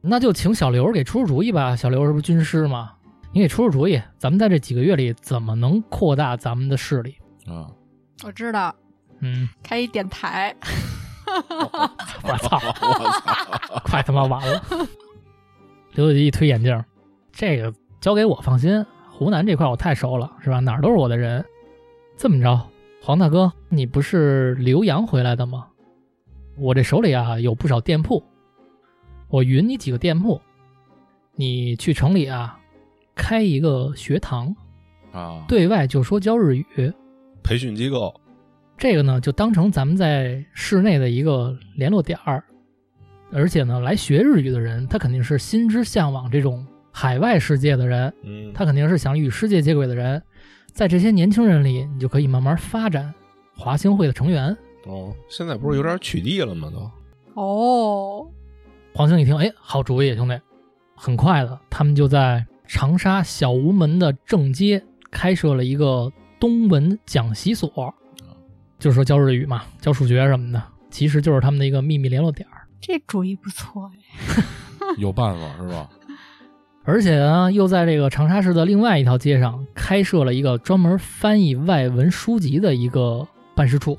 Speaker 1: 那就请小刘给出出主意吧。小刘是不是军师嘛？你给出出主意，咱们在这几个月里怎么能扩大咱们的势力？
Speaker 3: 啊，
Speaker 4: 我知道，
Speaker 1: 嗯，
Speaker 4: 开一电台，
Speaker 1: 我操，
Speaker 3: 我操，
Speaker 1: 快他妈完了！刘子吉一推眼镜，这个交给我，放心，湖南这块我太熟了，是吧？哪儿都是我的人。这么着，黄大哥，你不是浏阳回来的吗？我这手里啊有不少店铺，我匀你几个店铺，你去城里啊开一个学堂，
Speaker 3: 啊，
Speaker 1: 对外就说教日语。
Speaker 2: 培训机构，
Speaker 1: 这个呢，就当成咱们在室内的一个联络点儿。而且呢，来学日语的人，他肯定是心之向往这种海外世界的人，
Speaker 2: 嗯，
Speaker 1: 他肯定是想与世界接轨的人。在这些年轻人里，你就可以慢慢发展华兴会的成员。
Speaker 2: 哦，现在不是有点取缔了吗？都
Speaker 4: 哦，
Speaker 1: 黄兴一听，哎，好主意，兄弟！很快的，他们就在长沙小吴门的正街开设了一个东文讲习所，就是说教日语嘛，教数学什么的，其实就是他们的一个秘密联络点儿。
Speaker 4: 这主意不错哎。
Speaker 3: 有办法是吧？
Speaker 1: 而且呢，又在这个长沙市的另外一条街上开设了一个专门翻译外文书籍的一个办事处，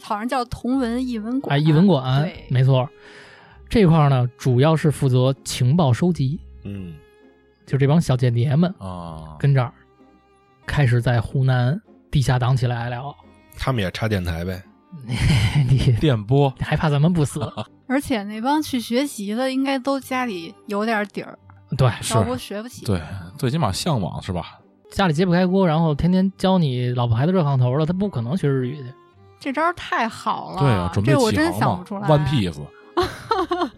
Speaker 4: 好像叫同文译文馆，啊
Speaker 1: 哎，译文馆
Speaker 4: 对，
Speaker 1: 没错。这块儿呢，主要是负责情报收集，
Speaker 2: 嗯，
Speaker 1: 就这帮小间谍们
Speaker 3: 啊，
Speaker 1: 跟这儿开始在湖南地下党起来 了。
Speaker 2: 他们也插电台呗。
Speaker 1: 你
Speaker 3: 电波
Speaker 1: 还怕咱们 不死？
Speaker 4: 而且那帮去学习的，应该都家里有点底儿，
Speaker 1: 对，
Speaker 3: 是
Speaker 4: 要不学不起。
Speaker 3: 对，最起码向往是吧？
Speaker 1: 家里揭不开锅，然后天天教你老婆孩子热炕头的，他不可能学日语去。
Speaker 4: 这招太好了，
Speaker 3: 对啊，准备
Speaker 4: 这我
Speaker 3: 起
Speaker 4: 真想
Speaker 3: 航
Speaker 4: 不
Speaker 3: 嘛
Speaker 4: 出来。
Speaker 3: ，One Piece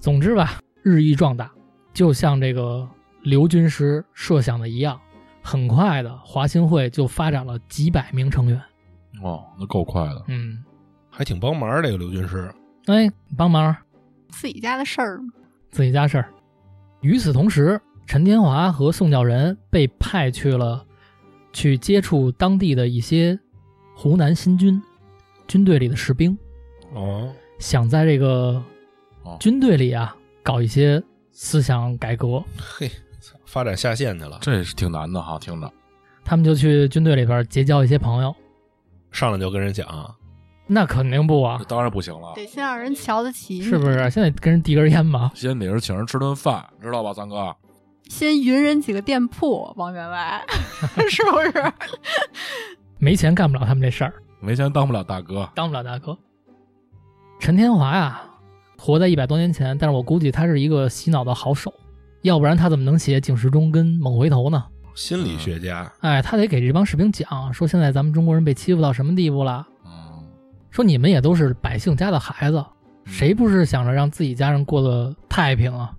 Speaker 1: 总之吧，日益壮大，就像这个刘军师设想的一样，很快的华兴会就发展了几百名成员。
Speaker 3: 哦，那够快的，
Speaker 1: 嗯，
Speaker 2: 还挺帮忙这个刘军师，
Speaker 1: 哎，帮忙
Speaker 4: 自己家的事儿嘛，
Speaker 1: 自己家事儿。与此同时，陈天华和宋教仁被派去了，去接触当地的一些湖南新军军队里的士兵，
Speaker 2: 哦，
Speaker 1: 想在这个
Speaker 3: 哦
Speaker 1: 军队里啊搞一些思想改革。
Speaker 2: 嘿，操发展下线去了，
Speaker 3: 这是挺难的哈，听着
Speaker 1: 他们就去军队里边结交一些朋友。
Speaker 2: 上来就跟人讲，
Speaker 1: 那肯定不啊
Speaker 3: 这，当然不行了，
Speaker 4: 得先让人瞧得起，
Speaker 1: 是不？是？现在跟人递根烟吧，
Speaker 3: 先得是请人吃顿饭，知道吧，三哥？
Speaker 4: 先匀人几个店铺，王员外， 是不是？
Speaker 1: 没钱干不了他们这事儿，
Speaker 3: 没钱当不了大哥，
Speaker 1: 当不了大哥。陈天华呀、活在一百多年前，但是我估计他是一个洗脑的好手，要不然他怎么能写《警时钟》跟《猛回头》呢？
Speaker 2: 心理学家，
Speaker 1: 哎，他得给这帮士兵讲，说现在咱们中国人被欺负到什么地步了，
Speaker 3: 嗯，
Speaker 1: 说你们也都是百姓家的孩子，谁不是想着让自己家人过得太平啊？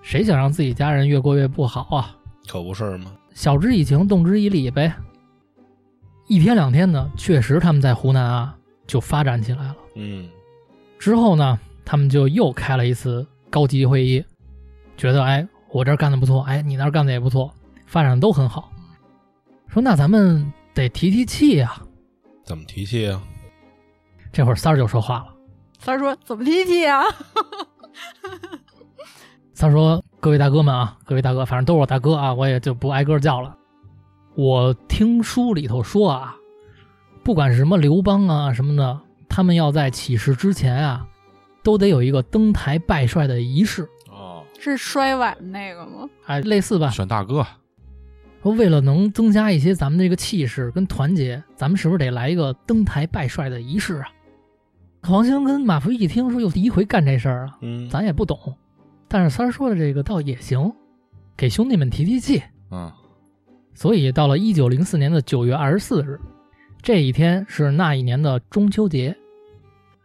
Speaker 1: 谁想让自己家人越过越不好啊？
Speaker 2: 可不是吗？
Speaker 1: 晓之以情，动之以理呗。一天两天呢，确实他们在湖南啊就发展起来了。
Speaker 2: 嗯，
Speaker 1: 之后呢，他们就又开了一次高级会议，觉得哎，我这儿干的不错，哎，你那儿干的也不错，发展得都很好。说那咱们得提提气呀、
Speaker 2: 怎么提气啊？
Speaker 1: 这会儿三儿就说话了，
Speaker 4: 三儿说怎么提气啊？
Speaker 1: 三儿说：“各位大哥们啊，各位大哥，反正都是我大哥啊，我也就不挨个叫了。我听书里头说啊，不管是什么刘邦啊什么的，他们要在起事之前啊，都得有一个登台拜帅的仪式，
Speaker 3: 哦，
Speaker 4: 是摔碗那个吗？
Speaker 1: 哎，类似吧？
Speaker 3: 选大哥，
Speaker 1: 说为了能增加一些咱们这个气势跟团结，咱们是不是得来一个登台拜帅的仪式啊？黄兴跟马福一听说又第一回干这事儿啊，
Speaker 2: 嗯，
Speaker 1: 咱也不懂，但是三儿说的这个倒也行，给兄弟们提提气。
Speaker 3: 嗯，
Speaker 1: 所以到了一九零四年的九月二十四日，这一天是那一年的中秋节，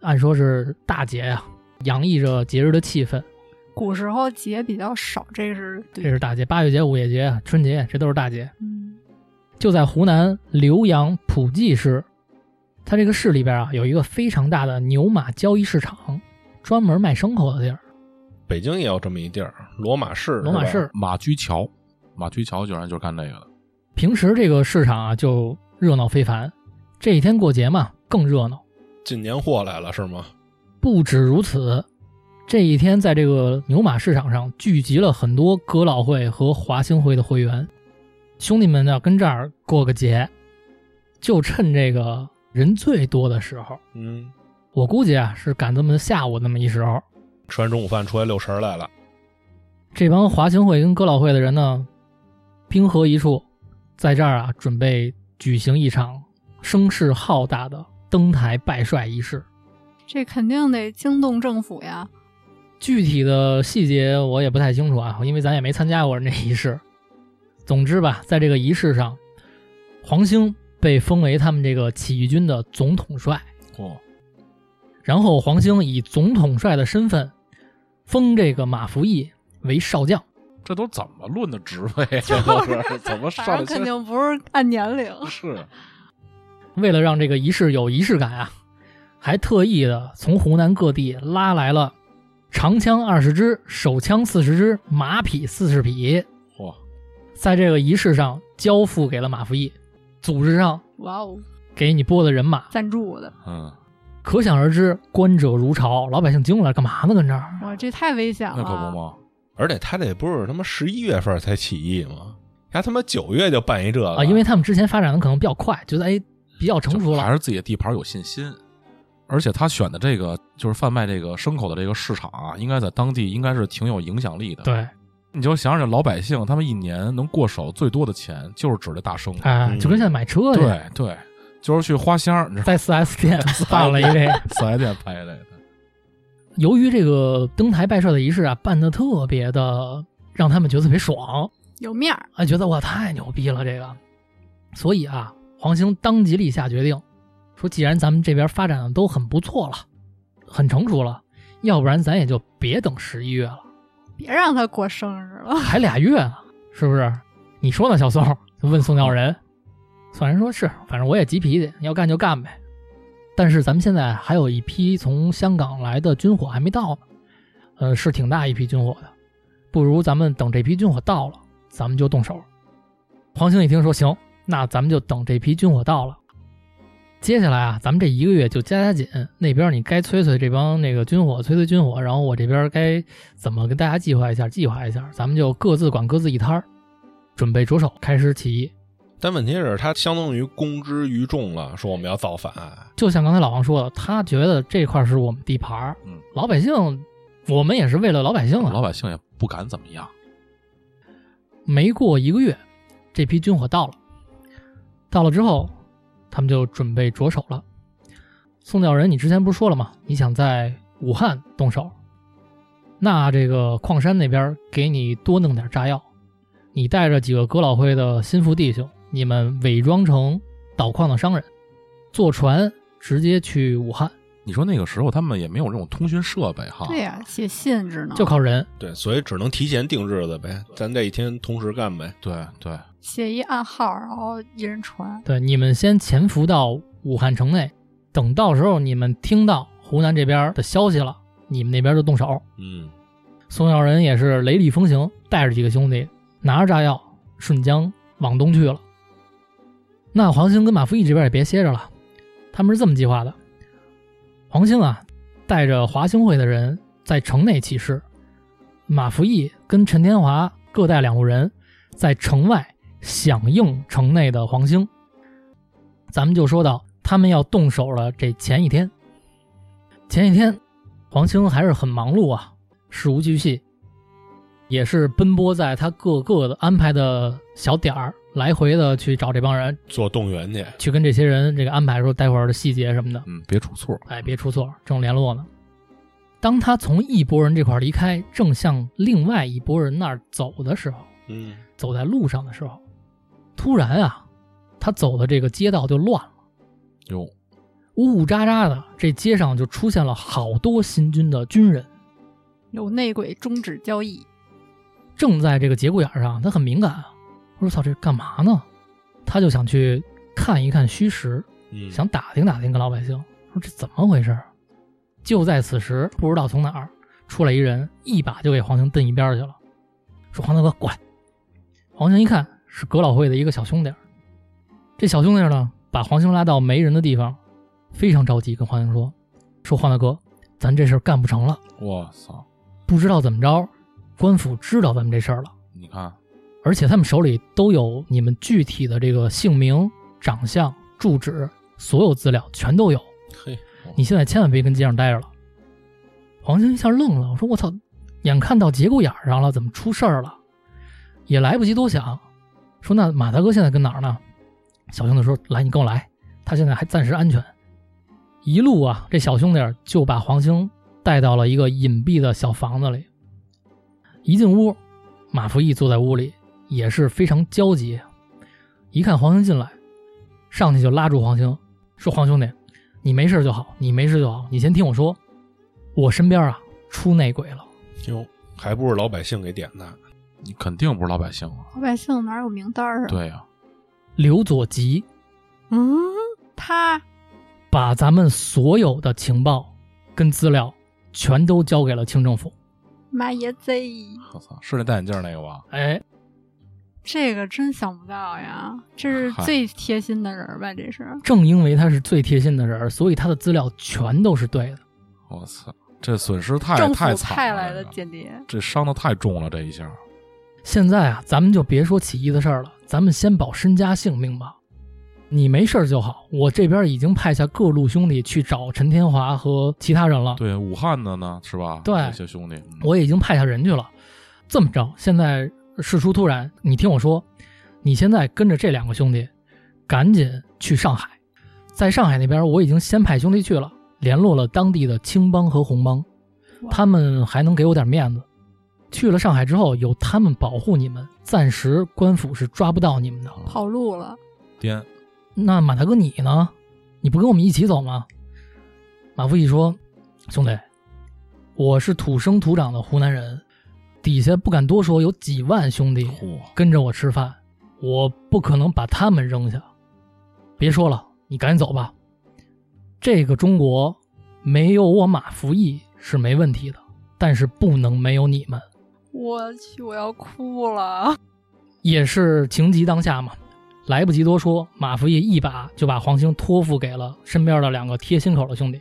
Speaker 1: 按说是大节呀、洋溢着节日的气氛。
Speaker 4: 古时候节比较少，这是
Speaker 1: 这
Speaker 4: 对，
Speaker 1: 是大节，八月节、五月节、春节，这都是大节。
Speaker 4: 嗯，
Speaker 1: 就在湖南浏阳普济市，它这个市里边啊有一个非常大的牛马交易市场，专门卖牲口的地儿。
Speaker 2: 北京也有这么一地儿，罗马市。
Speaker 1: 罗马
Speaker 2: 是吧
Speaker 1: 市
Speaker 3: 马驹桥，马驹桥居然就是干这个的，
Speaker 1: 平时这个市场啊就热闹非凡，这一天过节嘛更热闹。
Speaker 2: 进年货来了是吗？
Speaker 1: 不止如此，这一天在这个牛马市场上聚集了很多哥老会和华兴会的会员，兄弟们要跟这儿过个节，就趁这个人最多的时候，
Speaker 2: 嗯，
Speaker 1: 我估计啊是赶这么下午那么一时候，
Speaker 2: 吃完中午饭出来遛神儿来了。
Speaker 1: 这帮华兴会跟哥老会的人呢，兵合一处，在这儿啊准备举行一场声势浩大的登台拜帅仪式。
Speaker 4: 这肯定得惊动政府呀。
Speaker 1: 具体的细节我也不太清楚啊，因为咱也没参加过那仪式。总之吧，在这个仪式上，黄兴被封为他们这个起义军的总统帅，
Speaker 3: 嚯，
Speaker 1: 然后黄兴以总统帅的身份封这个马福义为少将。
Speaker 3: 这都怎么论的职位啊？这都是怎么上
Speaker 4: 反
Speaker 3: 来
Speaker 4: 正肯
Speaker 3: 先
Speaker 4: 定不是按年龄，
Speaker 3: 是啊
Speaker 1: 为了让这个仪式有仪式感啊，还特意的从湖南各地拉来了长枪二十支、手枪四十支、马匹四十匹，
Speaker 3: 嚯，
Speaker 1: 在这个仪式上交付给了马福义，组织上
Speaker 4: 哇哦，
Speaker 1: 给你拨的人马，
Speaker 4: 赞助的，
Speaker 3: 嗯，
Speaker 1: 可想而知，官者如潮，老百姓惊了，干嘛呢？跟这儿
Speaker 4: 哇，这太危险了。
Speaker 3: 那可不嘛，
Speaker 2: 而且他这不是他妈十一月份才起义吗？还他妈九月就办一这个
Speaker 1: 啊，因为他们之前发展的可能比较快，觉得哎比较成熟
Speaker 3: 就还
Speaker 1: 了，
Speaker 3: 是自己的地盘有信心。而且他选的这个就是贩卖这个牲口的这个市场啊，应该在当地应该是挺有影响力的。，
Speaker 1: 对，
Speaker 3: 你就想想老百姓，他们一年能过手最多的钱就是指这大牲口。
Speaker 1: 哎，
Speaker 2: 嗯
Speaker 1: 就跟现在买车去，
Speaker 3: 对对，就是去花乡，你知道
Speaker 1: 在四 S 店办了一 位。
Speaker 3: 吗四 S 店拍下来的。
Speaker 1: 由于这个登台拜帅的仪式啊，办的特别的让他们觉得特别爽，
Speaker 4: 有面儿，
Speaker 1: 啊，觉得哇太牛逼了这个，所以啊，黄兴当即立下决定，说既然咱们这边发展的都很不错了，很成熟了，要不然咱也就别等十一月了。
Speaker 4: 别让他过生日
Speaker 3: 啊
Speaker 4: 了。
Speaker 1: 还俩月呢，是不是？你说呢，小宋？问宋教仁。宋教仁说是，反正我也急脾气，要干就干呗。但是咱们现在还有一批从香港来的军火还没到呢，呃，是挺大一批军火的，不如咱们等这批军火到了，咱们就动手。黄兴一听说行，那咱们就等这批军火到了。接下来啊，咱们这一个月就加加紧，那边你该催催这帮那个军火，催催军火，然后我这边该怎么跟大家计划一下，计划一下，咱们就各自管各自一摊儿，准备着手开始起义。
Speaker 2: 但问题是，他相当于公之于众了，说我们要造反。
Speaker 1: 就像刚才老王说的，他觉得这块儿是我们地盘儿，
Speaker 3: 嗯
Speaker 1: 老百姓，我们也是为了老百姓
Speaker 3: 老
Speaker 1: 啊。
Speaker 3: 百姓也不敢怎么样。
Speaker 1: 没过一个月，这批军火到了，到了之后，他们就准备着手了。宋教仁，你之前不是说了吗？你想在武汉动手，那这个矿山那边给你多弄点炸药，你带着几个哥老会的心腹弟兄，你们伪装成倒矿的商人，坐船直接去武汉，
Speaker 3: 你说那个时候他们也没有这种通讯设备哈，
Speaker 4: 对哎呀、写信只能
Speaker 1: 就靠人。
Speaker 2: 对，所以只能提前定日子呗，咱这一天同时干呗。
Speaker 3: 对对，
Speaker 4: 写一暗号，然后一人传。
Speaker 1: 对，你们先潜伏到武汉城内，等到时候你们听到湖南这边的消息了，你们那边就动手。
Speaker 2: 嗯，
Speaker 1: 宋耀仁也是雷厉风行，带着几个兄弟，拿着炸药顺江往东去了。那黄兴跟马福义这边也别歇着了，他们是这么计划的：黄兴啊，带着华兴会的人在城内起事；马福义跟陈天华各带两路人，在城外响应城内的黄兴。咱们就说到他们要动手了，这前一天，前一天，黄兴还是很忙碌啊，事无巨细，也是奔波在他各个的安排的小点儿，来回的去找这帮人，
Speaker 2: 做动员去。
Speaker 1: 去跟这些人这个安排说待会儿的细节什么的，
Speaker 3: 嗯，别出错，
Speaker 1: 哎，别出错，正联络呢。当他从一拨人这块儿离开，正向另外一拨人那儿走的时候，
Speaker 2: 嗯，
Speaker 1: 走在路上的时候，突然啊，他走的这个街道就乱了，
Speaker 3: 哟，
Speaker 1: 呜呜喳喳的，这街上就出现了好多新军的军人。
Speaker 4: 有内鬼终止交易，
Speaker 1: 正在这个节骨眼儿上，他很敏感啊。我说：“操，这干嘛呢？”他就想去看一看虚实，
Speaker 2: 嗯
Speaker 1: 想打听打听跟老百姓，说这怎么回事儿。就在此时，不知道从哪儿出来一人，一把就给黄兴蹬一边儿去了，说：“黄大哥，过来！”黄兴一看是葛老会的一个小兄弟儿，这小兄弟儿呢，把黄兴拉到没人的地方，非常着急，跟黄兴说：“说黄大哥，咱这事儿干不成了，
Speaker 3: 我操，
Speaker 1: 不知道怎么着，官府知道咱们这事儿了。”
Speaker 3: 你看，
Speaker 1: 而且他们手里都有你们具体的这个姓名、长相、住址，所有资料全都有。
Speaker 2: 嘿，
Speaker 1: 你现在千万别跟街上待着了。黄兴一下愣了，我说我操，眼看到节骨眼儿上了，怎么出事儿了？也来不及多想，说那马大哥现在跟哪儿呢？小兄弟说来，你跟我来，他现在还暂时安全。一路啊，这小兄弟儿就把黄兴带到了一个隐蔽的小房子里。一进屋，马福义坐在屋里也是非常焦急，啊一看黄兴进来，上去就拉住黄兴，说：“黄兄弟，你没事就好，你没事就好，你先听我说，我身边啊出内鬼了。
Speaker 2: 哟，还不是老百姓给点的。
Speaker 3: 你肯定不是老百姓啊，
Speaker 4: 老百姓哪有名单儿啊？
Speaker 3: 对呀、
Speaker 1: 刘左吉
Speaker 4: 嗯，他
Speaker 1: 把咱们所有的情报跟资料全都交给了清政府。
Speaker 4: 妈耶贼，
Speaker 3: 我操，是那戴眼镜那个吧？
Speaker 1: 哎，
Speaker 4: 这个真想不到呀！这是
Speaker 3: 嗨
Speaker 4: 最贴心的人儿吧？这是
Speaker 1: 正因为他是最贴心的人，所以他的资料全都是对的。
Speaker 3: 我操，这损失太
Speaker 4: 政
Speaker 3: 太
Speaker 4: 府
Speaker 3: 惨
Speaker 4: 派
Speaker 3: 了
Speaker 4: 来的
Speaker 3: 这个
Speaker 4: 间谍，
Speaker 3: 这伤的太重了，这一下，
Speaker 1: 现在啊，咱们就别说起义的事儿了，咱们先保身家性命吧。你没事儿就好，我这边已经派下各路兄弟去找陈天华和其他人了。
Speaker 3: 对武汉的呢是吧？
Speaker 1: 对
Speaker 3: 这些兄弟，嗯
Speaker 1: 我已经派下人去了。这么着，现在事出突然，你听我说，你现在跟着这两个兄弟，赶紧去上海。在上海那边，我已经先派兄弟去了，联络了当地的青帮和红帮，
Speaker 4: 哇
Speaker 1: 他们还能给我点面子。去了上海之后，有他们保护你们，暂时官府是抓不到你们的。
Speaker 3: 嗯
Speaker 4: 跑路了，
Speaker 3: 颠，
Speaker 1: 那马大哥你呢？你不跟我们一起走吗？马福义说：“兄弟，我是土生土长的湖南人，底下不敢多说，有几万兄弟
Speaker 3: 嚯，
Speaker 1: 跟着我吃饭，我不可能把他们扔下。别说了，你赶紧走吧。这个中国没有我马福义是没问题的，但是不能没有你们。”
Speaker 4: 我去，我要哭了！
Speaker 1: 也是情急当下嘛，来不及多说，马福义一把就把黄兴托付给了身边的两个贴心口的兄弟，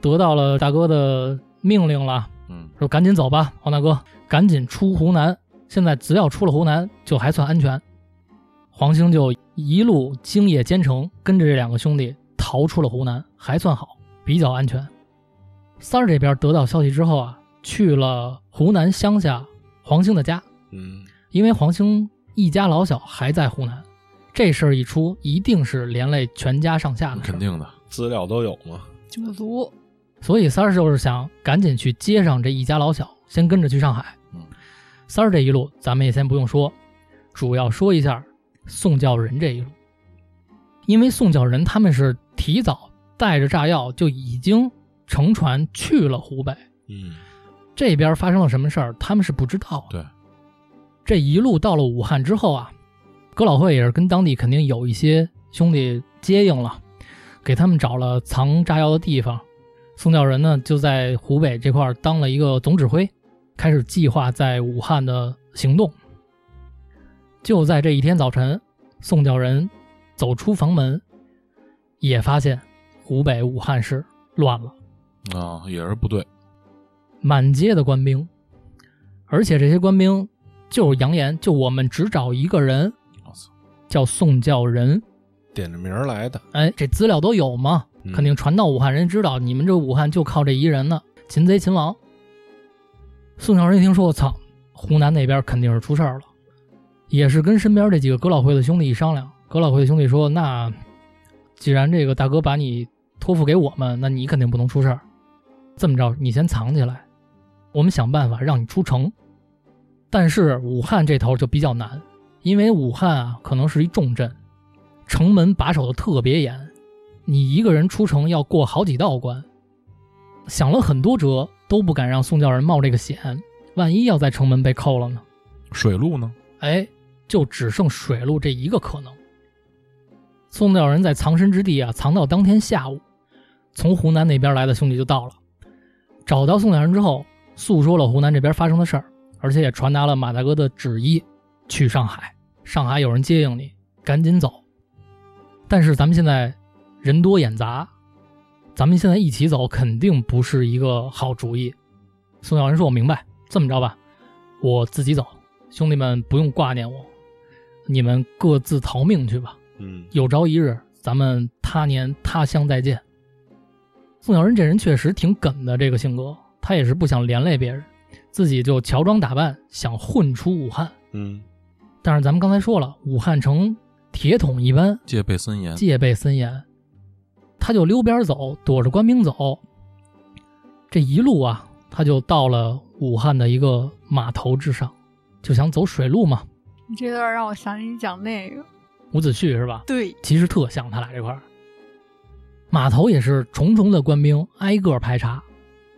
Speaker 1: 得到了大哥的命令了，
Speaker 3: 嗯，
Speaker 1: 说赶紧走吧，黄大哥，赶紧出湖南。现在只要出了湖南，就还算安全。黄兴就一路经夜兼程，跟着这两个兄弟逃出了湖南，还算好，比较安全。三儿这边得到消息之后啊，去了湖南乡下黄兴的家，
Speaker 2: 嗯，
Speaker 1: 因为黄兴一家老小还在湖南，这事儿一出，一定是连累全家上下的事儿
Speaker 3: 肯。定的，
Speaker 2: 资料都有嘛。
Speaker 4: 九族
Speaker 1: 所以三儿就是想赶紧去接上这一家老小，先跟着去上海。
Speaker 3: 嗯，
Speaker 1: 三儿这一路咱们也先不用说，主要说一下宋教仁这一路，因为宋教仁他们是提早带着炸药就已经乘船去了湖北。
Speaker 2: 嗯，
Speaker 1: 这边发生了什么事儿，他们是不知道的。
Speaker 3: 对，
Speaker 1: 这一路到了武汉之后啊，哥老会也是跟当地肯定有一些兄弟接应了，给他们找了藏炸药的地方。宋教仁呢就在湖北这块儿当了一个总指挥，开始计划在武汉的行动。就在这一天早晨，宋教仁走出房门，也发现湖北武汉市乱了。
Speaker 3: 啊，也是部队，
Speaker 1: 满街的官兵，而且这些官兵就扬言，就我们只找一个人
Speaker 3: 我操，
Speaker 1: 叫宋教仁。
Speaker 2: 点着名儿来的，
Speaker 1: 哎，这资料都有嘛，
Speaker 2: 嗯
Speaker 1: 肯定传到武汉人知道，你们这武汉就靠这一人呢，擒贼擒王。宋教仁一听说，我操，湖南那边肯定是出事儿了，也是跟身边这几个哥老会的兄弟一商量，哥老会的兄弟说，那既然这个大哥把你托付给我们，那你肯定不能出事儿。这么着，你先藏起来，我们想办法让你出城。但是武汉这头就比较难，因为武汉啊可能是一重镇，城门把守的特别严，你一个人出城要过好几道关，想了很多辙都不敢让宋教仁冒这个险，万一要在城门被扣了呢？
Speaker 3: 水路呢？
Speaker 1: 哎，就只剩水路这一个可能。宋教仁在藏身之地啊，藏到当天下午，从湖南那边来的兄弟就到了，找到宋教仁之后，诉说了湖南这边发生的事儿，而且也传达了马大哥的旨意，去上海，上海有人接应你，赶紧走。但是咱们现在人多眼杂，咱们现在一起走肯定不是一个好主意。宋教仁说：“我明白，这么着吧，我自己走，兄弟们不用挂念我，你们各自逃命去吧。
Speaker 2: 嗯，
Speaker 1: 有朝一日，咱们他年他乡再见。”宋小人这人确实挺梗的，这个性格，他也是不想连累别人，自己就乔装打扮，想混出武汉。
Speaker 2: 嗯，
Speaker 1: 但是咱们刚才说了，武汉城铁桶一般，
Speaker 3: 戒备森严，
Speaker 1: 戒备森严，他就溜边儿走，躲着官兵走。这一路啊，他就到了武汉的一个码头之上，就想走水路嘛。
Speaker 4: 你这段让我想起你讲那个，
Speaker 1: 伍子胥是吧？
Speaker 4: 对，
Speaker 1: 其实特像他俩这块儿。码头也是重重的官兵挨个排查，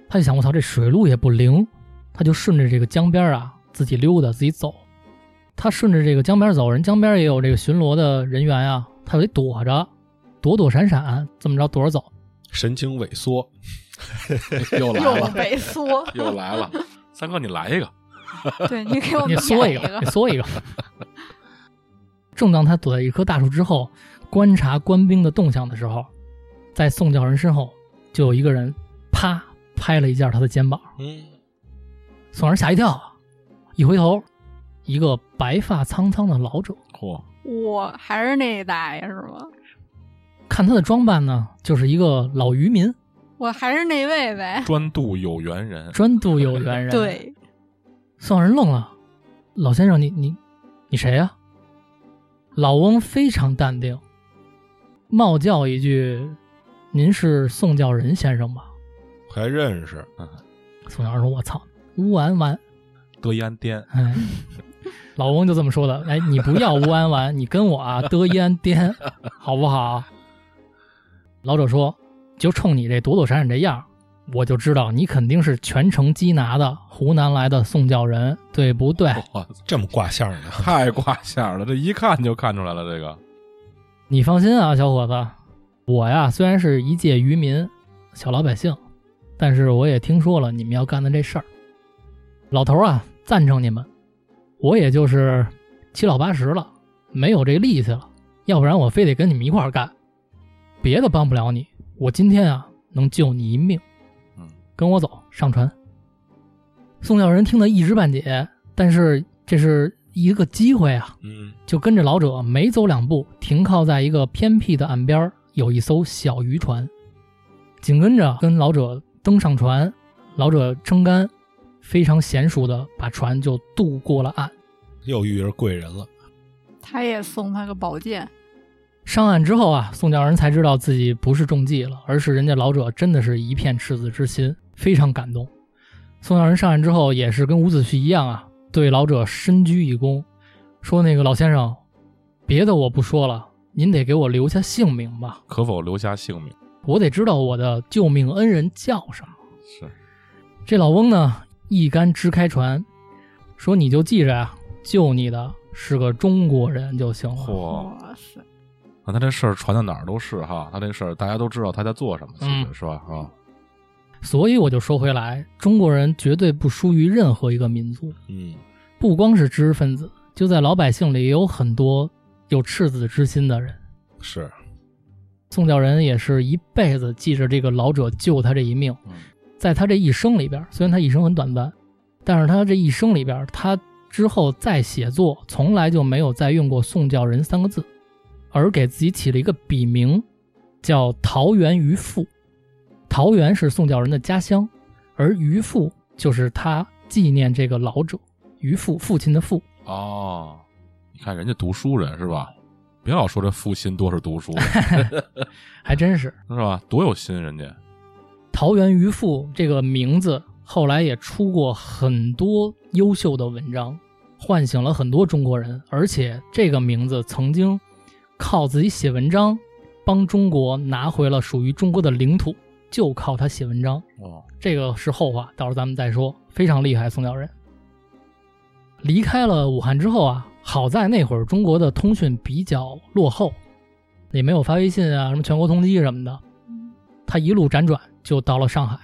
Speaker 1: 他就想我操，这水路也不灵，他就顺着这个江边儿啊自己溜达自己走。他顺着这个江边儿走，人江边儿也有这个巡逻的人员啊，他就得躲着，躲躲闪闪，这么着躲着走。
Speaker 2: 神情萎缩，
Speaker 3: 又来
Speaker 4: 又
Speaker 3: 了，，
Speaker 4: 萎缩
Speaker 3: 又来了，三哥你来一个，
Speaker 4: 对你给我
Speaker 1: 你
Speaker 4: 们
Speaker 1: 缩
Speaker 4: 演
Speaker 1: 一个，
Speaker 4: 个
Speaker 1: 你，缩一个。正当他躲在一棵大树之后，观察官兵的动向的时候，在宋教仁身后就有一个人啪拍了一下他的肩膀，
Speaker 2: 嗯，
Speaker 1: 宋教仁吓一跳，一回头，一个白发苍苍的老者，
Speaker 3: 嚯，
Speaker 4: 我还是那大爷是吗？
Speaker 1: 看他的装扮呢，就是一个老渔民，
Speaker 4: 我还是那位呗。
Speaker 3: 专渡有缘人，
Speaker 1: 专渡有缘人。，
Speaker 4: 对，
Speaker 1: 宋教仁愣了，老先生，你你你谁呀、老翁非常淡定，冒叫一句：“您是宋教仁先生吧
Speaker 2: 还认识，？”
Speaker 1: 宋教仁说：“我操，乌安丸。
Speaker 3: 德烟颠”，
Speaker 1: 哎，老翁就这么说的。哎，你不要乌安丸，你跟我啊得烟颠，好不好？老者说：“就冲你这躲躲闪闪这样儿，我就知道你肯定是全城缉拿的湖南来的宋教仁，对不对？”
Speaker 3: 哇，
Speaker 2: 这么挂相呢？
Speaker 3: 太挂线了，这一看就看出来了，这个
Speaker 1: 你放心啊，小伙子，我呀虽然是一介渔民、小老百姓，但是我也听说了你们要干的这事儿。老头儿啊，赞成你们，我也就是七老八十了，没有这力气了，要不然我非得跟你们一块儿干。别的帮不了你，我今天啊能救你一命。
Speaker 3: 嗯，
Speaker 1: 跟我走，上船。宋教仁听得一知半解，但是这是一个机会啊，
Speaker 2: 嗯，
Speaker 1: 就跟着老者没走两步，停靠在一个偏僻的岸边儿，有一艘小渔船。紧跟着跟老者登上船，老者撑杆，非常娴熟的把船就渡过了岸。
Speaker 2: 又遇着贵人了，
Speaker 4: 他也送他个宝剑，
Speaker 1: 上岸之后啊，宋教仁才知道自己不是中计了，而是人家老者真的是一片赤子之心，非常感动。宋教仁上岸之后也是跟伍子胥一样啊，对老者深鞠一躬，说：“那个老先生，别的我不说了，您得给我留下姓名吧。”
Speaker 3: 可否留下姓名？
Speaker 1: 我得知道我的救命恩人叫什么。
Speaker 2: 是
Speaker 1: 这老翁呢，一竿支开船，说你就记着啊，救你的是个中国人就行了。
Speaker 3: 嚯，
Speaker 4: 哇塞，
Speaker 3: 那他这事儿传到哪儿都是哈，他这事儿大家都知道他在做什么，其实、
Speaker 1: 嗯
Speaker 3: 是吧？啊，
Speaker 1: 所以我就说回来，中国人绝对不输于任何一个民族，
Speaker 2: 嗯，
Speaker 1: 不光是知识分子，就在老百姓里也有很多有赤子之心的人。
Speaker 2: 是
Speaker 1: 宋教仁也是一辈子记着这个老者救他这一命，
Speaker 3: 嗯
Speaker 1: 在他这一生里边，虽然他一生很短暂，但是他这一生里边，他之后再写作，从来就没有再用过“宋教仁”三个字，而给自己起了一个笔名，叫桃园渔父。桃园是宋教仁的家乡，而渔父就是他纪念这个老者渔父父亲的父。
Speaker 3: 哦，你看人家读书人是吧？别老说这负心多是读书
Speaker 1: 还真是
Speaker 3: 是吧？多有心人家，
Speaker 1: 桃园渔父这个名字，后来也出过很多优秀的文章，唤醒了很多中国人。而且这个名字曾经靠自己写文章，帮中国拿回了属于中国的领土，就靠他写文章。
Speaker 3: 哦，
Speaker 1: 这个是后话，到时候咱们再说。非常厉害，宋教仁。离开了武汉之后啊，好在那会儿中国的通讯比较落后，也没有发微信啊，什么全国通缉什么的。他一路辗转就到了上海。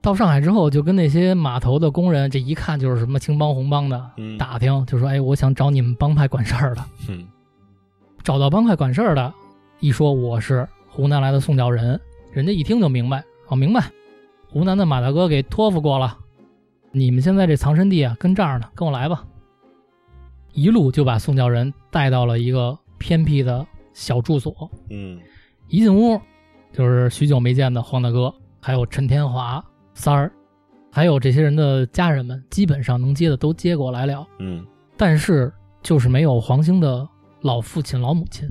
Speaker 1: 到上海之后，就跟那些码头的工人，这一看就是什么青帮红帮的，
Speaker 2: 嗯
Speaker 1: 打听就说：“哎，我想找你们帮派管事儿的。”
Speaker 2: 嗯
Speaker 1: 找到帮派管事儿的，一说我是湖南来的宋教仁，人家一听就明白，哦，明白，湖南的马大哥给托付过了，你们现在这藏身地啊，跟这儿呢，跟我来吧。一路就把宋教仁带到了一个偏僻的小住所，
Speaker 2: 嗯
Speaker 1: 一进屋就是许久没见的黄大哥，还有陈天华、三儿，还有这些人的家人们，基本上能接的都接过来了。
Speaker 2: 嗯，
Speaker 1: 但是就是没有黄兴的老父亲、老母亲，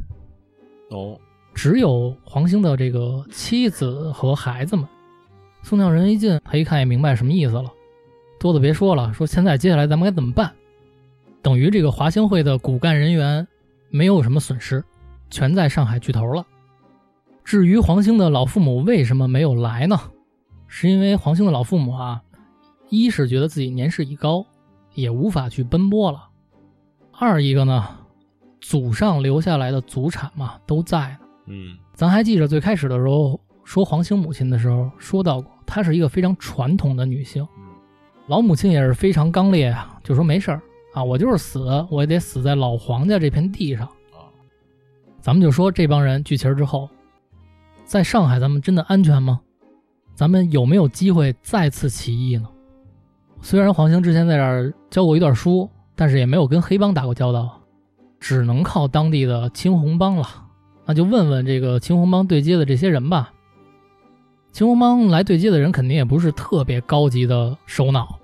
Speaker 2: 哦，
Speaker 1: 只有黄兴的这个妻子和孩子们。宋教仁一进，他一看也明白什么意思了，多的别说了，说现在接下来咱们该怎么办？等于这个华兴会的骨干人员没有什么损失，全在上海聚头了。至于黄兴的老父母为什么没有来呢？是因为黄兴的老父母啊，一是觉得自己年事已高，也无法去奔波了；二一个呢，祖上留下来的祖产嘛都在啊呢。
Speaker 2: 嗯
Speaker 1: 咱还记着最开始的时候说黄兴母亲的时候说到过，她是一个非常传统的女性，老母亲也是非常刚烈啊，就说没事儿啊，我就是死，我也得死在老黄家这片地上
Speaker 3: 啊。
Speaker 1: 咱们就说这帮人聚齐儿之后，在上海咱们真的安全吗？咱们有没有机会再次起义呢？虽然黄兴之前在这儿教过一段书，但是也没有跟黑帮打过交道，只能靠当地的青红帮了。那就问问这个秦红帮对接的这些人吧。秦红帮来对接的人肯定也不是特别高级的首脑，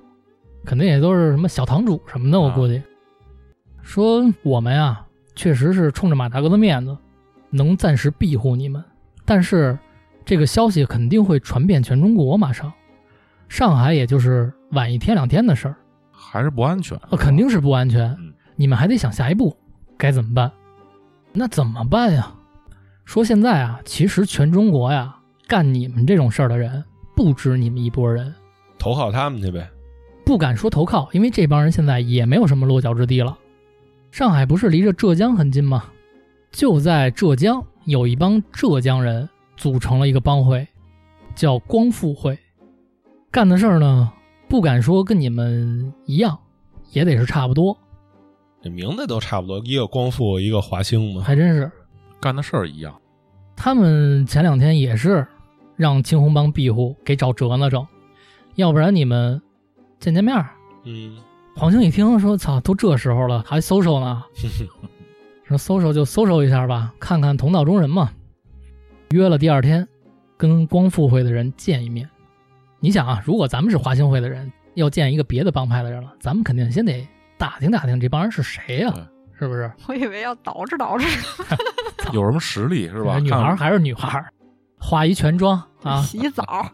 Speaker 1: 肯定也都是什么小堂主什么的，我
Speaker 3: 啊
Speaker 1: 估计。说我们呀，确实是冲着马大哥的面子，能暂时庇护你们，但是这个消息肯定会传遍全中国，马上，上海也就是晚一天两天的事儿。
Speaker 3: 还是不安全，
Speaker 1: 呃，肯定是不安全
Speaker 3: 嗯。
Speaker 1: 你们还得想下一步该怎么办。那怎么办呀？说现在啊，其实全中国呀，干你们这种事儿的人不止你们一拨人，
Speaker 2: 投靠他们去呗。
Speaker 1: 不敢说投靠，因为这帮人现在也没有什么落脚之地了。上海不是离着浙江很近吗？就在浙江有一帮浙江人组成了一个帮会，叫光复会，干的事儿呢，不敢说跟你们一样，也得是差不多。
Speaker 2: 这名字都差不多，一个光复，一个华兴嘛。
Speaker 1: 还真是。
Speaker 3: 干的事儿一样，
Speaker 1: 他们前两天也是让青红帮庇护给找折呢整，要不然你们见见面儿。
Speaker 2: 嗯
Speaker 1: 黄兴一听说，操，都这时候了还 social 呢，说 social 就 social 一下吧，看看同道中人嘛。约了第二天，跟光复会的人见一面。你想啊，如果咱们是华兴会的人，要见一个别的帮派的人了，咱们肯定先得打听打听这帮人是谁呀、
Speaker 3: 对
Speaker 1: 是不是？
Speaker 4: 我以为要捯饬捯饬，
Speaker 3: 有什么实力是吧？
Speaker 1: 女孩儿
Speaker 3: 看
Speaker 1: 还是女孩儿，化一全妆啊，
Speaker 4: 洗 澡，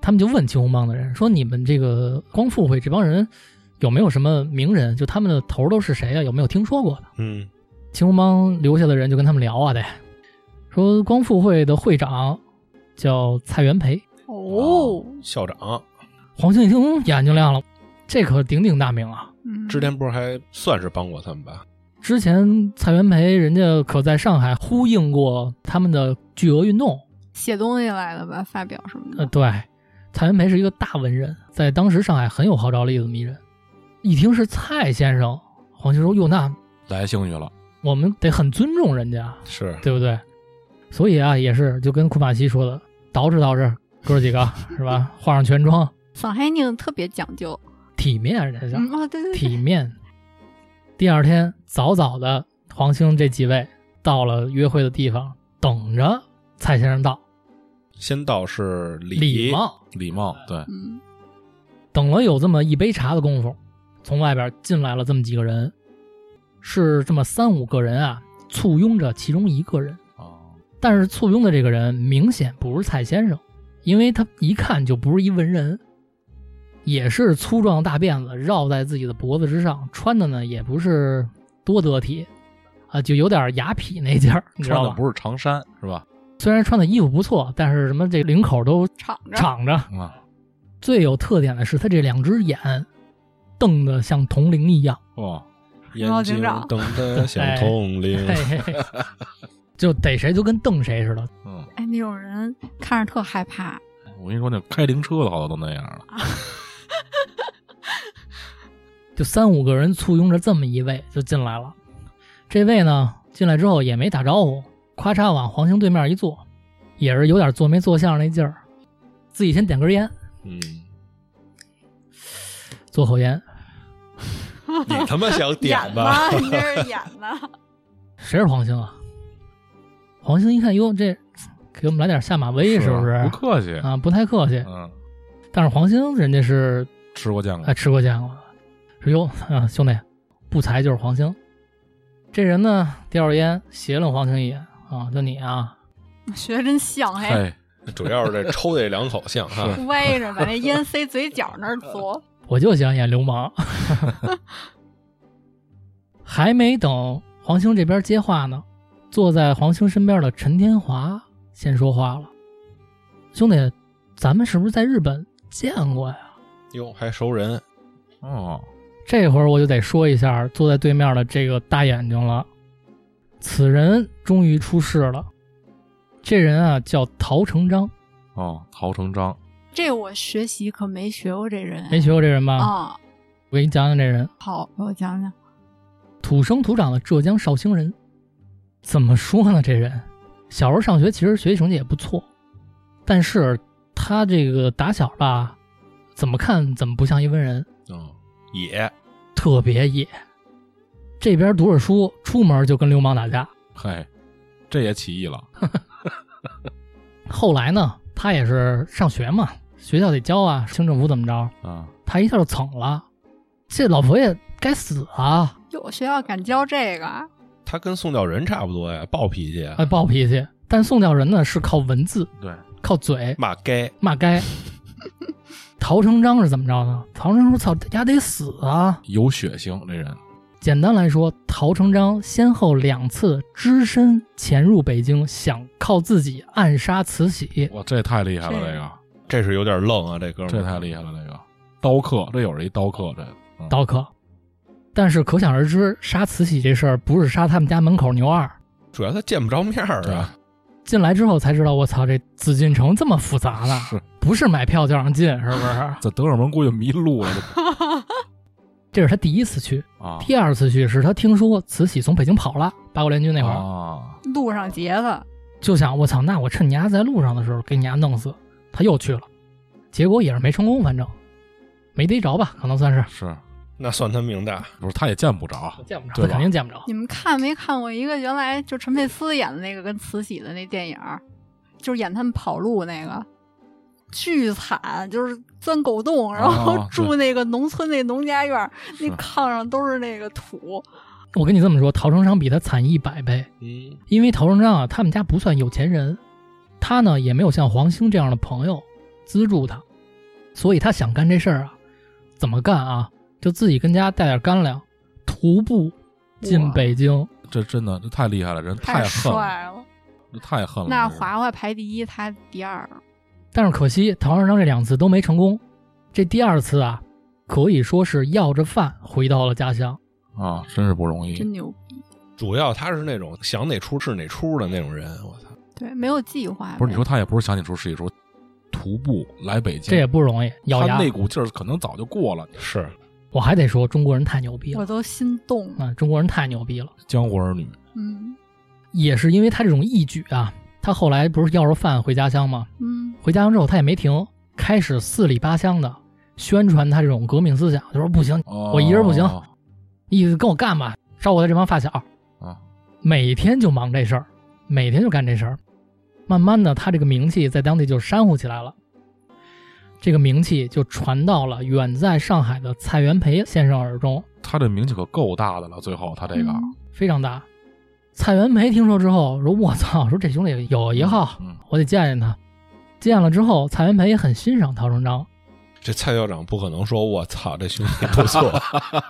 Speaker 1: 他们就问青红帮的人说：“你们这个光复会这帮人有没有什么名人？就他们的头儿都是谁呀、有没有听说过的
Speaker 2: 嗯？”
Speaker 1: 青红帮留下的人就跟他们聊啊，得说光复会的会长叫蔡元培，
Speaker 4: 哦，
Speaker 2: 啊校长
Speaker 1: 黄庆一听眼睛亮了，这可鼎鼎大名啊！
Speaker 4: 嗯
Speaker 2: 之前不是还算是帮过他们吧？
Speaker 1: 之前蔡元培人家可在上海呼应过他们的巨额运动，
Speaker 4: 写东西来的吧，发表什么
Speaker 1: 呃，
Speaker 4: 的，
Speaker 1: 对，蔡元培是一个大文人，在当时上海很有号召力的这么一人。一听是蔡先生，黄庆说：“哟，那
Speaker 3: 来兴趣了，
Speaker 1: 我们得很尊重人家，
Speaker 2: 是
Speaker 1: 对不对？”所以啊，也是就跟库马西说的，捯饬捯饬，哥儿几个是吧？化上全妆，
Speaker 4: 桑海宁特别讲究，
Speaker 1: 体面，人家
Speaker 4: 嗯
Speaker 1: 叫
Speaker 4: 啊，对对对，
Speaker 1: 体面。第二天早早的，黄兴这几位到了约会的地方，等着蔡先生到，
Speaker 2: 先到是
Speaker 1: 礼貌。
Speaker 3: 礼貌对，
Speaker 4: 嗯，
Speaker 1: 等了有这么一杯茶的功夫，从外边进来了这么几个人，是这么三五个人啊，簇拥着其中一个人。
Speaker 3: 啊，
Speaker 1: 但是簇拥的这个人明显不是蔡先生，因为他一看就不是一文人，也是粗壮大辫子绕在自己的脖子之上，穿的呢也不是多得体，啊，就有点雅痞那劲儿，啊你知
Speaker 3: 穿
Speaker 1: 道
Speaker 3: 的
Speaker 1: 吧？
Speaker 3: 不是长衫是吧？
Speaker 1: 虽然穿的衣服不错，但是什么这领口都
Speaker 4: 敞着，
Speaker 1: 敞着，
Speaker 3: 啊，
Speaker 1: 最有特点的是他这两只眼瞪得像铜铃一样，
Speaker 3: 哇，
Speaker 4: 猫
Speaker 2: 眼
Speaker 4: 警
Speaker 2: 睛
Speaker 4: 长哎
Speaker 2: 瞪得像
Speaker 3: 嗯
Speaker 2: 铜铃，
Speaker 1: 嘿嘿嘿，就逮谁就跟瞪谁似的。
Speaker 3: 嗯，
Speaker 4: 哎，那种人看着特害怕，
Speaker 3: 我跟你说，那开灵车的好多都那样了，
Speaker 1: 就三五个人簇拥着这么一位就进来了。这位呢进来之后也没打招呼，咔嚓往黄兴对面一坐，也是有点坐没坐相那劲儿，自己先点根烟，
Speaker 2: 嗯，
Speaker 1: 做口烟。
Speaker 2: 你他妈想点
Speaker 4: 演
Speaker 2: 吧？
Speaker 4: 呢，你这是演 呢，
Speaker 1: 谁是黄兴啊？黄兴一看，哟，这给我们来点下马威哎是不
Speaker 3: 啊
Speaker 1: 是
Speaker 3: 不？客气，
Speaker 1: 啊，不太客气。
Speaker 3: 嗯，
Speaker 1: 但是黄兴人家是
Speaker 3: 吃过见过
Speaker 1: 哎，，吃过见过。说哟，啊，兄弟，不才就是黄兴。这人呢，叼着烟，斜了黄兴一眼啊，就你啊，
Speaker 4: 学得真像，嘿，
Speaker 3: 哎，
Speaker 2: 主要是这抽这两口啊像哈，
Speaker 4: 歪着 把那烟塞嘴角那儿嘬，
Speaker 1: 我就喜欢演流氓。 还没等黄兴这边接话呢，坐在黄兴身边的陈天华先说话了：“兄弟，咱们是不是在日本见过呀？”
Speaker 2: 哟，还熟人，
Speaker 3: 哦，
Speaker 1: 这会儿我就得说一下坐在对面的这个大眼睛了，此人终于出世了。这人啊叫陶成章，
Speaker 3: 哦，陶成章，
Speaker 4: 这我学习可没学过这人，
Speaker 1: 没学过这人吧？
Speaker 4: 啊，
Speaker 1: 我给你讲讲这人，
Speaker 4: 好，给我讲讲，
Speaker 1: 土生土长的浙江绍兴人。怎么说呢？这人小时候上学其实学习成绩也不错，但是他这个打小吧，怎么看怎么不像一文人，
Speaker 2: 嗯，野，
Speaker 1: 特别野。这边读着书，出门就跟流氓打架，
Speaker 3: 嘿，这也起义了，
Speaker 1: 后来呢，他也是上学嘛，学校得教啊，清政府怎么着，
Speaker 3: 啊，
Speaker 1: 他一下就蹭了。这老佛爷该死啊！
Speaker 4: 有学校敢教这个啊，
Speaker 2: 他跟宋教仁差不多呀，暴脾气，啊
Speaker 1: 哎，暴脾气。但宋教仁呢是靠文字，
Speaker 3: 对，
Speaker 1: 靠嘴
Speaker 2: 骂街，
Speaker 1: 骂街。 陶成章是怎么着呢？陶成章说：“操，丫得死啊
Speaker 3: 有血性这人，！”
Speaker 1: 简单来说，陶成章先后两次只身潜入北京，想靠自己暗杀慈禧。
Speaker 3: 哇，这太厉害了，
Speaker 4: 这
Speaker 3: 这个，
Speaker 2: 这是有点愣啊，这哥们儿
Speaker 3: 这太厉害了，这个刀客，这有人一刀客，这个，嗯
Speaker 1: 刀客。但是可想而知，杀慈禧这事儿不是杀他们家门口牛二，
Speaker 2: 主要他见不着面儿
Speaker 3: 对
Speaker 2: 啊，
Speaker 1: 进来之后才知道，我操，这紫禁城这么复杂呢？
Speaker 3: 是
Speaker 1: 不是买票就让进，是不
Speaker 3: ？
Speaker 1: 是
Speaker 3: 在德胜门估计迷路了这
Speaker 1: 这是他第一次去，
Speaker 3: 啊，
Speaker 1: 第二次去是他听说慈禧从北京跑了，八国联军那会儿，
Speaker 3: 啊，
Speaker 4: 路上劫了，
Speaker 1: 就想我操，那我趁你丫在路上的时候给你丫弄死。他又去了，结果也是没成功，反正没逮着吧，可能算是
Speaker 3: 是
Speaker 2: 那算他命大，
Speaker 3: 不是他也见不着，
Speaker 1: 见不着，
Speaker 3: 对
Speaker 1: 他
Speaker 3: 吧
Speaker 1: 肯定见不着。
Speaker 4: 你们看没看过一个原来就陈佩斯演的那个跟慈禧的那电影儿，就是演他们跑路那个，巨惨，就是钻狗洞，然后
Speaker 3: 哦对
Speaker 4: 住那个农村那农家院儿，那
Speaker 3: 是
Speaker 4: 炕上都是那个土，
Speaker 1: 我跟你这么说，陶成章比他惨一百倍，
Speaker 2: 嗯，
Speaker 1: 因为陶成章啊，他们家不算有钱人，他呢也没有像黄兴这样的朋友资助他，所以他想干这事儿啊，怎么干啊？就自己跟家带点干粮，徒步进北京，
Speaker 3: 这真的这太厉害了，人
Speaker 4: 太
Speaker 3: 狠了，
Speaker 4: 帅了，
Speaker 3: 太恨了。
Speaker 4: 那
Speaker 3: 这是
Speaker 4: 华华排第一，他第二。
Speaker 1: 但是可惜陶然章这两次都没成功，这第二次啊，可以说是要着饭回到了家乡。
Speaker 3: 啊，真是不容易。
Speaker 4: 真牛逼！
Speaker 2: 主要他是那种想哪出是哪出的那种人，我操！
Speaker 4: 对，没有计划。
Speaker 3: 不是你说他也不是想起出是一出，徒步来北京，
Speaker 1: 这也不容易，咬
Speaker 3: 他
Speaker 1: 牙
Speaker 3: 那。股劲儿可能早就过了。
Speaker 2: 是
Speaker 1: 我还得说，中国人太牛逼
Speaker 4: 我
Speaker 1: 了，
Speaker 4: 都心动了。
Speaker 1: 嗯，中国人太牛逼了。
Speaker 3: 江湖儿女，
Speaker 4: 嗯
Speaker 1: 也是因为他这种义举啊，他后来不是要着饭回家乡吗？
Speaker 4: 嗯，
Speaker 1: 回家乡之后他也没停，开始四里八乡的宣传他这种革命思想，就说不行，
Speaker 3: 哦、
Speaker 1: 我一人不行你跟我干吧，招我的这帮发小，
Speaker 3: 啊，
Speaker 1: 每天就忙这事儿，每天就干这事儿。慢慢的，他这个名气在当地就煽乎起来了，这个名气就传到了远在上海的蔡元培先生耳中，
Speaker 3: 他这名气可够大的了。最后他这个，
Speaker 4: 嗯
Speaker 1: 非常大。蔡元培听说之后说：“我操，说这兄弟有一号，
Speaker 3: 嗯，
Speaker 1: 我得见见他。”见了之后，蔡元培也很欣赏陶成章，
Speaker 2: 这蔡校长不可能说我操这兄弟不错，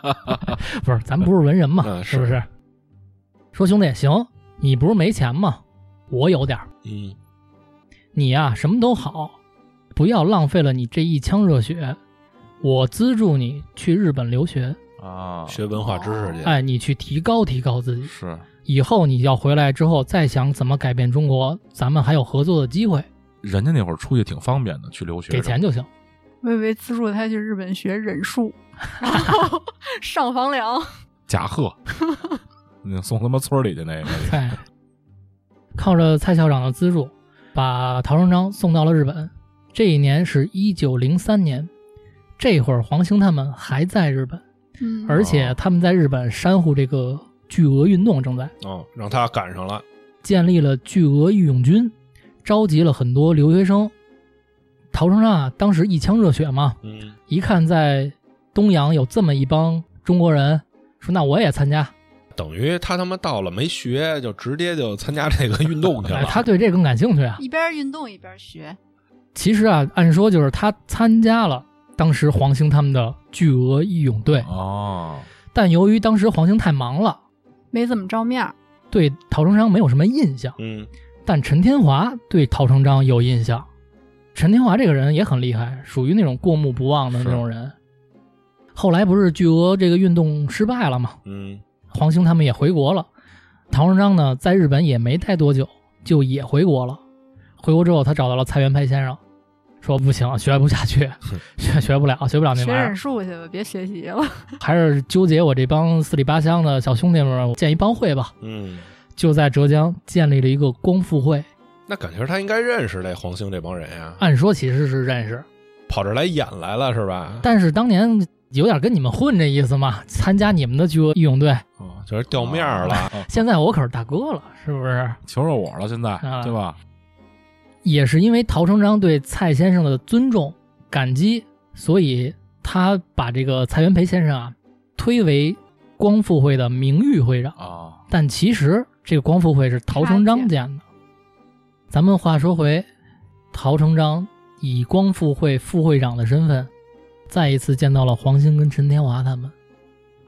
Speaker 1: 不是，咱不是文人嘛，
Speaker 2: 嗯
Speaker 1: 是不
Speaker 2: 是
Speaker 1: 是？说兄弟，行，你不是没钱吗？我有点儿，
Speaker 2: 嗯，
Speaker 1: 你呀、什么都好，不要浪费了你这一腔热血。我资助你去日本留学，
Speaker 3: 啊，
Speaker 2: 学文化知识去，
Speaker 1: 哎，你去提高提高自己。
Speaker 3: 是
Speaker 1: 以后你要回来之后再想怎么改变中国，咱们还有合作的机会，
Speaker 3: 人家那会儿出去挺方便的，去留学
Speaker 1: 给钱就行。
Speaker 4: 我以为资助他去日本学 忍术，然后上房梁。
Speaker 3: 假 贺，你送他妈村里去那个，
Speaker 1: 哎，靠着蔡校长的资助，把陶成章送到了日本。这一年是一九零三年，这会儿黄兴他们还在日本，
Speaker 4: 嗯，
Speaker 1: 而且他们在日本煽乎这个巨额运动正在。
Speaker 2: 哦，让他赶上了，
Speaker 1: 建立了巨额义勇军，召集了很多留学生。陶成章啊，当时一腔热血嘛，
Speaker 2: 嗯，
Speaker 1: 一看在东洋有这么一帮中国人，说那我也参加。
Speaker 2: 等于他他妈到了没学，就直接就参加这个运动去
Speaker 1: 哎，
Speaker 2: 了。
Speaker 1: 他对这更感兴趣啊。
Speaker 4: 一边运动一边学。
Speaker 1: 其实啊，按说就是他参加了当时黄兴他们的巨额义勇队，
Speaker 3: 哦，
Speaker 1: 但由于当时黄兴太忙了，
Speaker 4: 没怎么照面儿，
Speaker 1: 对陶成章没有什么印象。
Speaker 2: 嗯，
Speaker 1: 但陈天华对陶成章有印象。陈天华这个人也很厉害，属于那种过目不忘的那种人。后来不是巨额这个运动失败了嘛，
Speaker 2: 嗯，
Speaker 1: 黄兴他们也回国了。陶成章呢，在日本也没待多久，就也回国了。回国之后，他找到了蔡元培先生，说不行，学不下去， 学学不了，学不啊了那玩
Speaker 4: 学
Speaker 1: 意
Speaker 4: 忍
Speaker 1: 儿，
Speaker 4: 术去吧，别学习了。
Speaker 1: 还是纠结我这帮四里八乡的小兄弟们儿，我建一帮会吧。
Speaker 2: 嗯，
Speaker 1: 就在浙江建立了一个光复会，
Speaker 2: 那感觉他应该认识这黄兴这帮人呀、
Speaker 1: 按说其实是认识，
Speaker 2: 跑这儿来演来了是吧？
Speaker 1: 但是当年有点跟你们混这意思嘛，参加你们的巨额义勇队，
Speaker 2: 哦，就是掉面儿了，
Speaker 3: 哦
Speaker 1: 现在我可是大哥了，是不是？
Speaker 3: 求着我了，现在
Speaker 1: 啊
Speaker 3: 对吧？
Speaker 1: 也是因为陶成章对蔡先生的尊重、感激，所以他把这个蔡元培先生啊推为光复会的名誉会长。
Speaker 2: 哦
Speaker 3: 啊，
Speaker 1: 但其实这个光复会是陶成章建的。咱们话说回，陶成章以光复会副会长的身份，再一次见到了黄兴跟陈天华他们。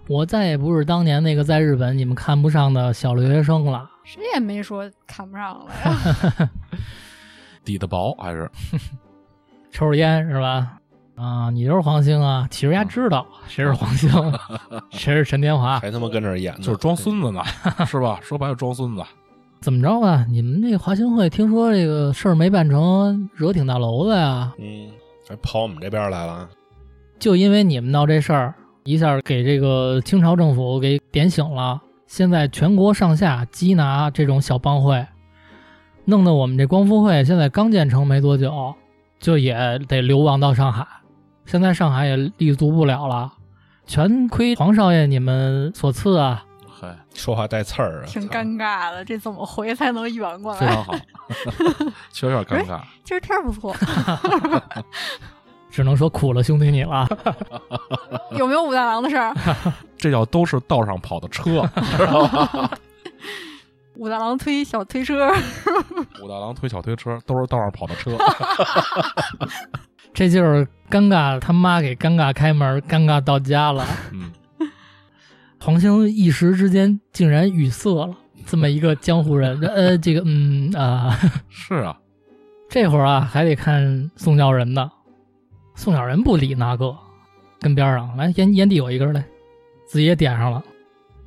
Speaker 1: 我再也不是当年那个在日本你们看不上的小留学生了。
Speaker 4: 谁也没说看不上了呀。
Speaker 3: 底子薄还是
Speaker 1: 抽着烟是吧？啊，你就是黄兴啊！其实人家知道谁是黄兴，谁是陈天华，
Speaker 2: 还他妈跟这儿演呢，
Speaker 3: 哦就是装孙子 呢，是吧？说白了装孙子，
Speaker 1: 怎么着吧？你们这个华兴会听说这个事儿没办成，惹挺大娄子呀，
Speaker 2: 嗯，还跑我们这边来了，
Speaker 1: 就因为你们闹这事儿，一下给这个清朝政府给点醒了。现在全国上下缉拿这种小帮会，弄得我们这光复会现在刚建成没多久，就也得流亡到上海。现在上海也立足不了了，全亏黄少爷你们所赐啊！
Speaker 3: 嘿，
Speaker 2: 说话带刺儿啊，
Speaker 4: 挺
Speaker 2: 干。
Speaker 4: 尴尬的，这怎么回才能圆过
Speaker 3: 非
Speaker 4: 来？
Speaker 3: 常好，确实有点尴
Speaker 2: 哎
Speaker 3: 尬。
Speaker 4: 今儿天儿 不错，
Speaker 1: 只能说苦了兄弟你了。
Speaker 4: 有没有武大郎的事儿？
Speaker 3: 这叫都是道上跑的车，
Speaker 4: 武大郎推小推车，
Speaker 3: 武大郎推小推车，都是道上跑的 车。
Speaker 1: 这就是尴尬他妈给尴尬开门，尴尬到家了。
Speaker 3: 嗯，
Speaker 1: 黄兴一时之间竟然语塞了。这么一个江湖人。呃，这个嗯啊，
Speaker 3: 是啊，
Speaker 1: 这会儿啊还得看宋小人的，宋小人不理那个，跟边上来烟烟蒂有一根来，自己也点上了，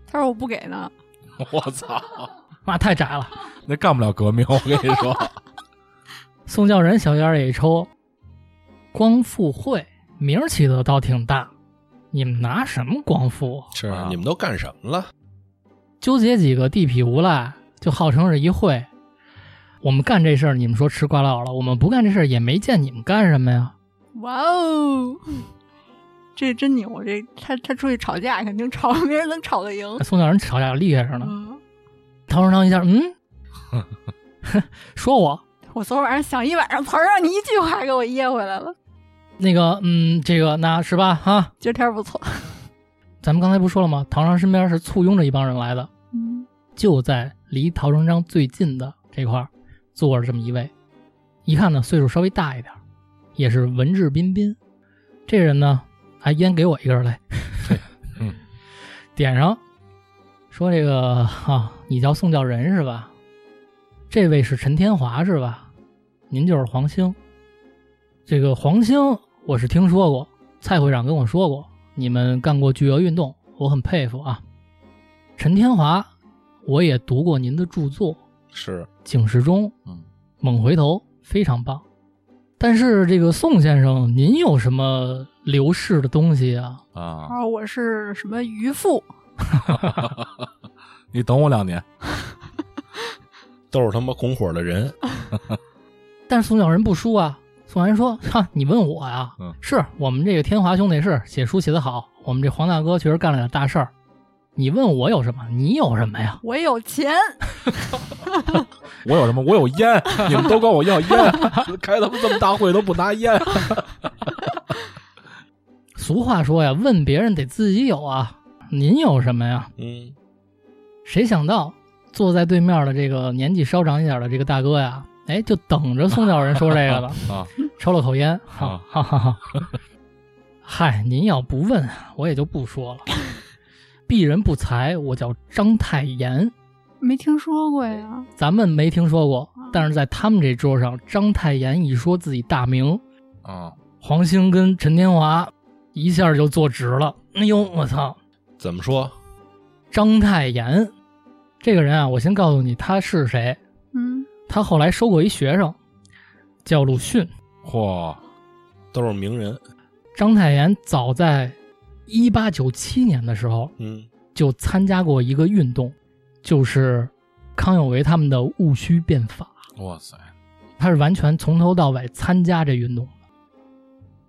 Speaker 4: 他说我不给呢，
Speaker 3: 我操，
Speaker 1: 妈太窄了。
Speaker 3: 那干不了革命，我跟你说，
Speaker 1: 宋教仁小烟儿也一抽，光复会名儿起的倒挺大，你们拿什么光复？
Speaker 2: 是
Speaker 3: 啊
Speaker 2: 你们都干什么了？
Speaker 1: 纠结几个地痞无赖，就号称是一会。我们干这事儿，你们说吃瓜落了；我们不干这事儿，也没见你们干什么呀。
Speaker 4: 哇哦，这真牛！这他他出去吵架，肯定吵 没人能吵得赢。
Speaker 1: 宋教仁吵架厉害着呢，
Speaker 4: 嗯，
Speaker 1: 唐双堂一下，嗯， 说我
Speaker 4: 我昨晚上想一晚上词儿，让你一句话给我噎回来了。
Speaker 1: 那个，嗯，这个那是吧？哈，
Speaker 4: 今儿天儿不错，
Speaker 1: 咱们刚才不说了吗？唐双身边是簇拥着一帮人来的，
Speaker 4: 嗯，
Speaker 1: 就在离陶成章最近的这块儿坐着这么一位，一看呢岁数稍微大一点儿，也是文质彬彬。这人呢，还烟给我一根儿来，
Speaker 3: 嗯，
Speaker 1: 点上，说这个啊，你叫宋教仁是吧？这位是陈天华是吧？您就是黄兴。这个黄兴我是听说过，蔡会长跟我说过，你们干过巨额运动，我很佩服啊。陈天华我也读过您的著作《
Speaker 2: 是
Speaker 1: 警示钟》《
Speaker 3: 嗯，
Speaker 1: 猛回头》，非常棒。但是这个宋先生，您有什么流逝的东西啊？
Speaker 3: 啊，
Speaker 4: 啊，我是什么渔夫，
Speaker 3: 你等我两年，
Speaker 2: 都是他妈拱火的人，
Speaker 1: 但是宋小人不输啊。宋小人说：“哈、你问我呀、
Speaker 3: 嗯
Speaker 1: 是我们这个天华兄弟是写书写得好，我们这黄大哥确实干了点大事儿。你问我有什么？你有什么呀？
Speaker 4: 我有钱，
Speaker 3: 我有什么？我有烟，你们都管我要烟， 开他们这么大会都不拿烟，
Speaker 1: 俗话说呀，问别人得自己有啊。您有什么呀？
Speaker 2: 嗯，
Speaker 1: 谁想到坐在对面的这个年纪稍长一点的这个大哥呀，哎，就等着宋教仁说这个了，
Speaker 3: 啊，
Speaker 1: 抽了口烟，哈哈
Speaker 3: 啊
Speaker 1: 哈哈。嗨，您要不问，啊我也就不说了。 鄙人不才，我叫张太炎，
Speaker 4: 没听说过呀。
Speaker 1: 咱们没听说过，但是在他们这桌上，张太炎一说自己大名，
Speaker 3: 啊，
Speaker 1: 黄兴跟陈天华一下就坐直了。哎呦，我操！
Speaker 2: 怎么说？
Speaker 1: 张太炎这个人啊，我先告诉你他是谁，
Speaker 4: 嗯，
Speaker 1: 他后来收过一学生，叫鲁迅。
Speaker 3: 嚯，
Speaker 2: 都是名人，
Speaker 1: 张太炎早在一八九七年的时候
Speaker 2: 嗯，
Speaker 1: 就参加过一个运动，就是康有为他们的戊戌变法，
Speaker 3: 哇塞，
Speaker 1: 他是完全从头到尾参加这运动的。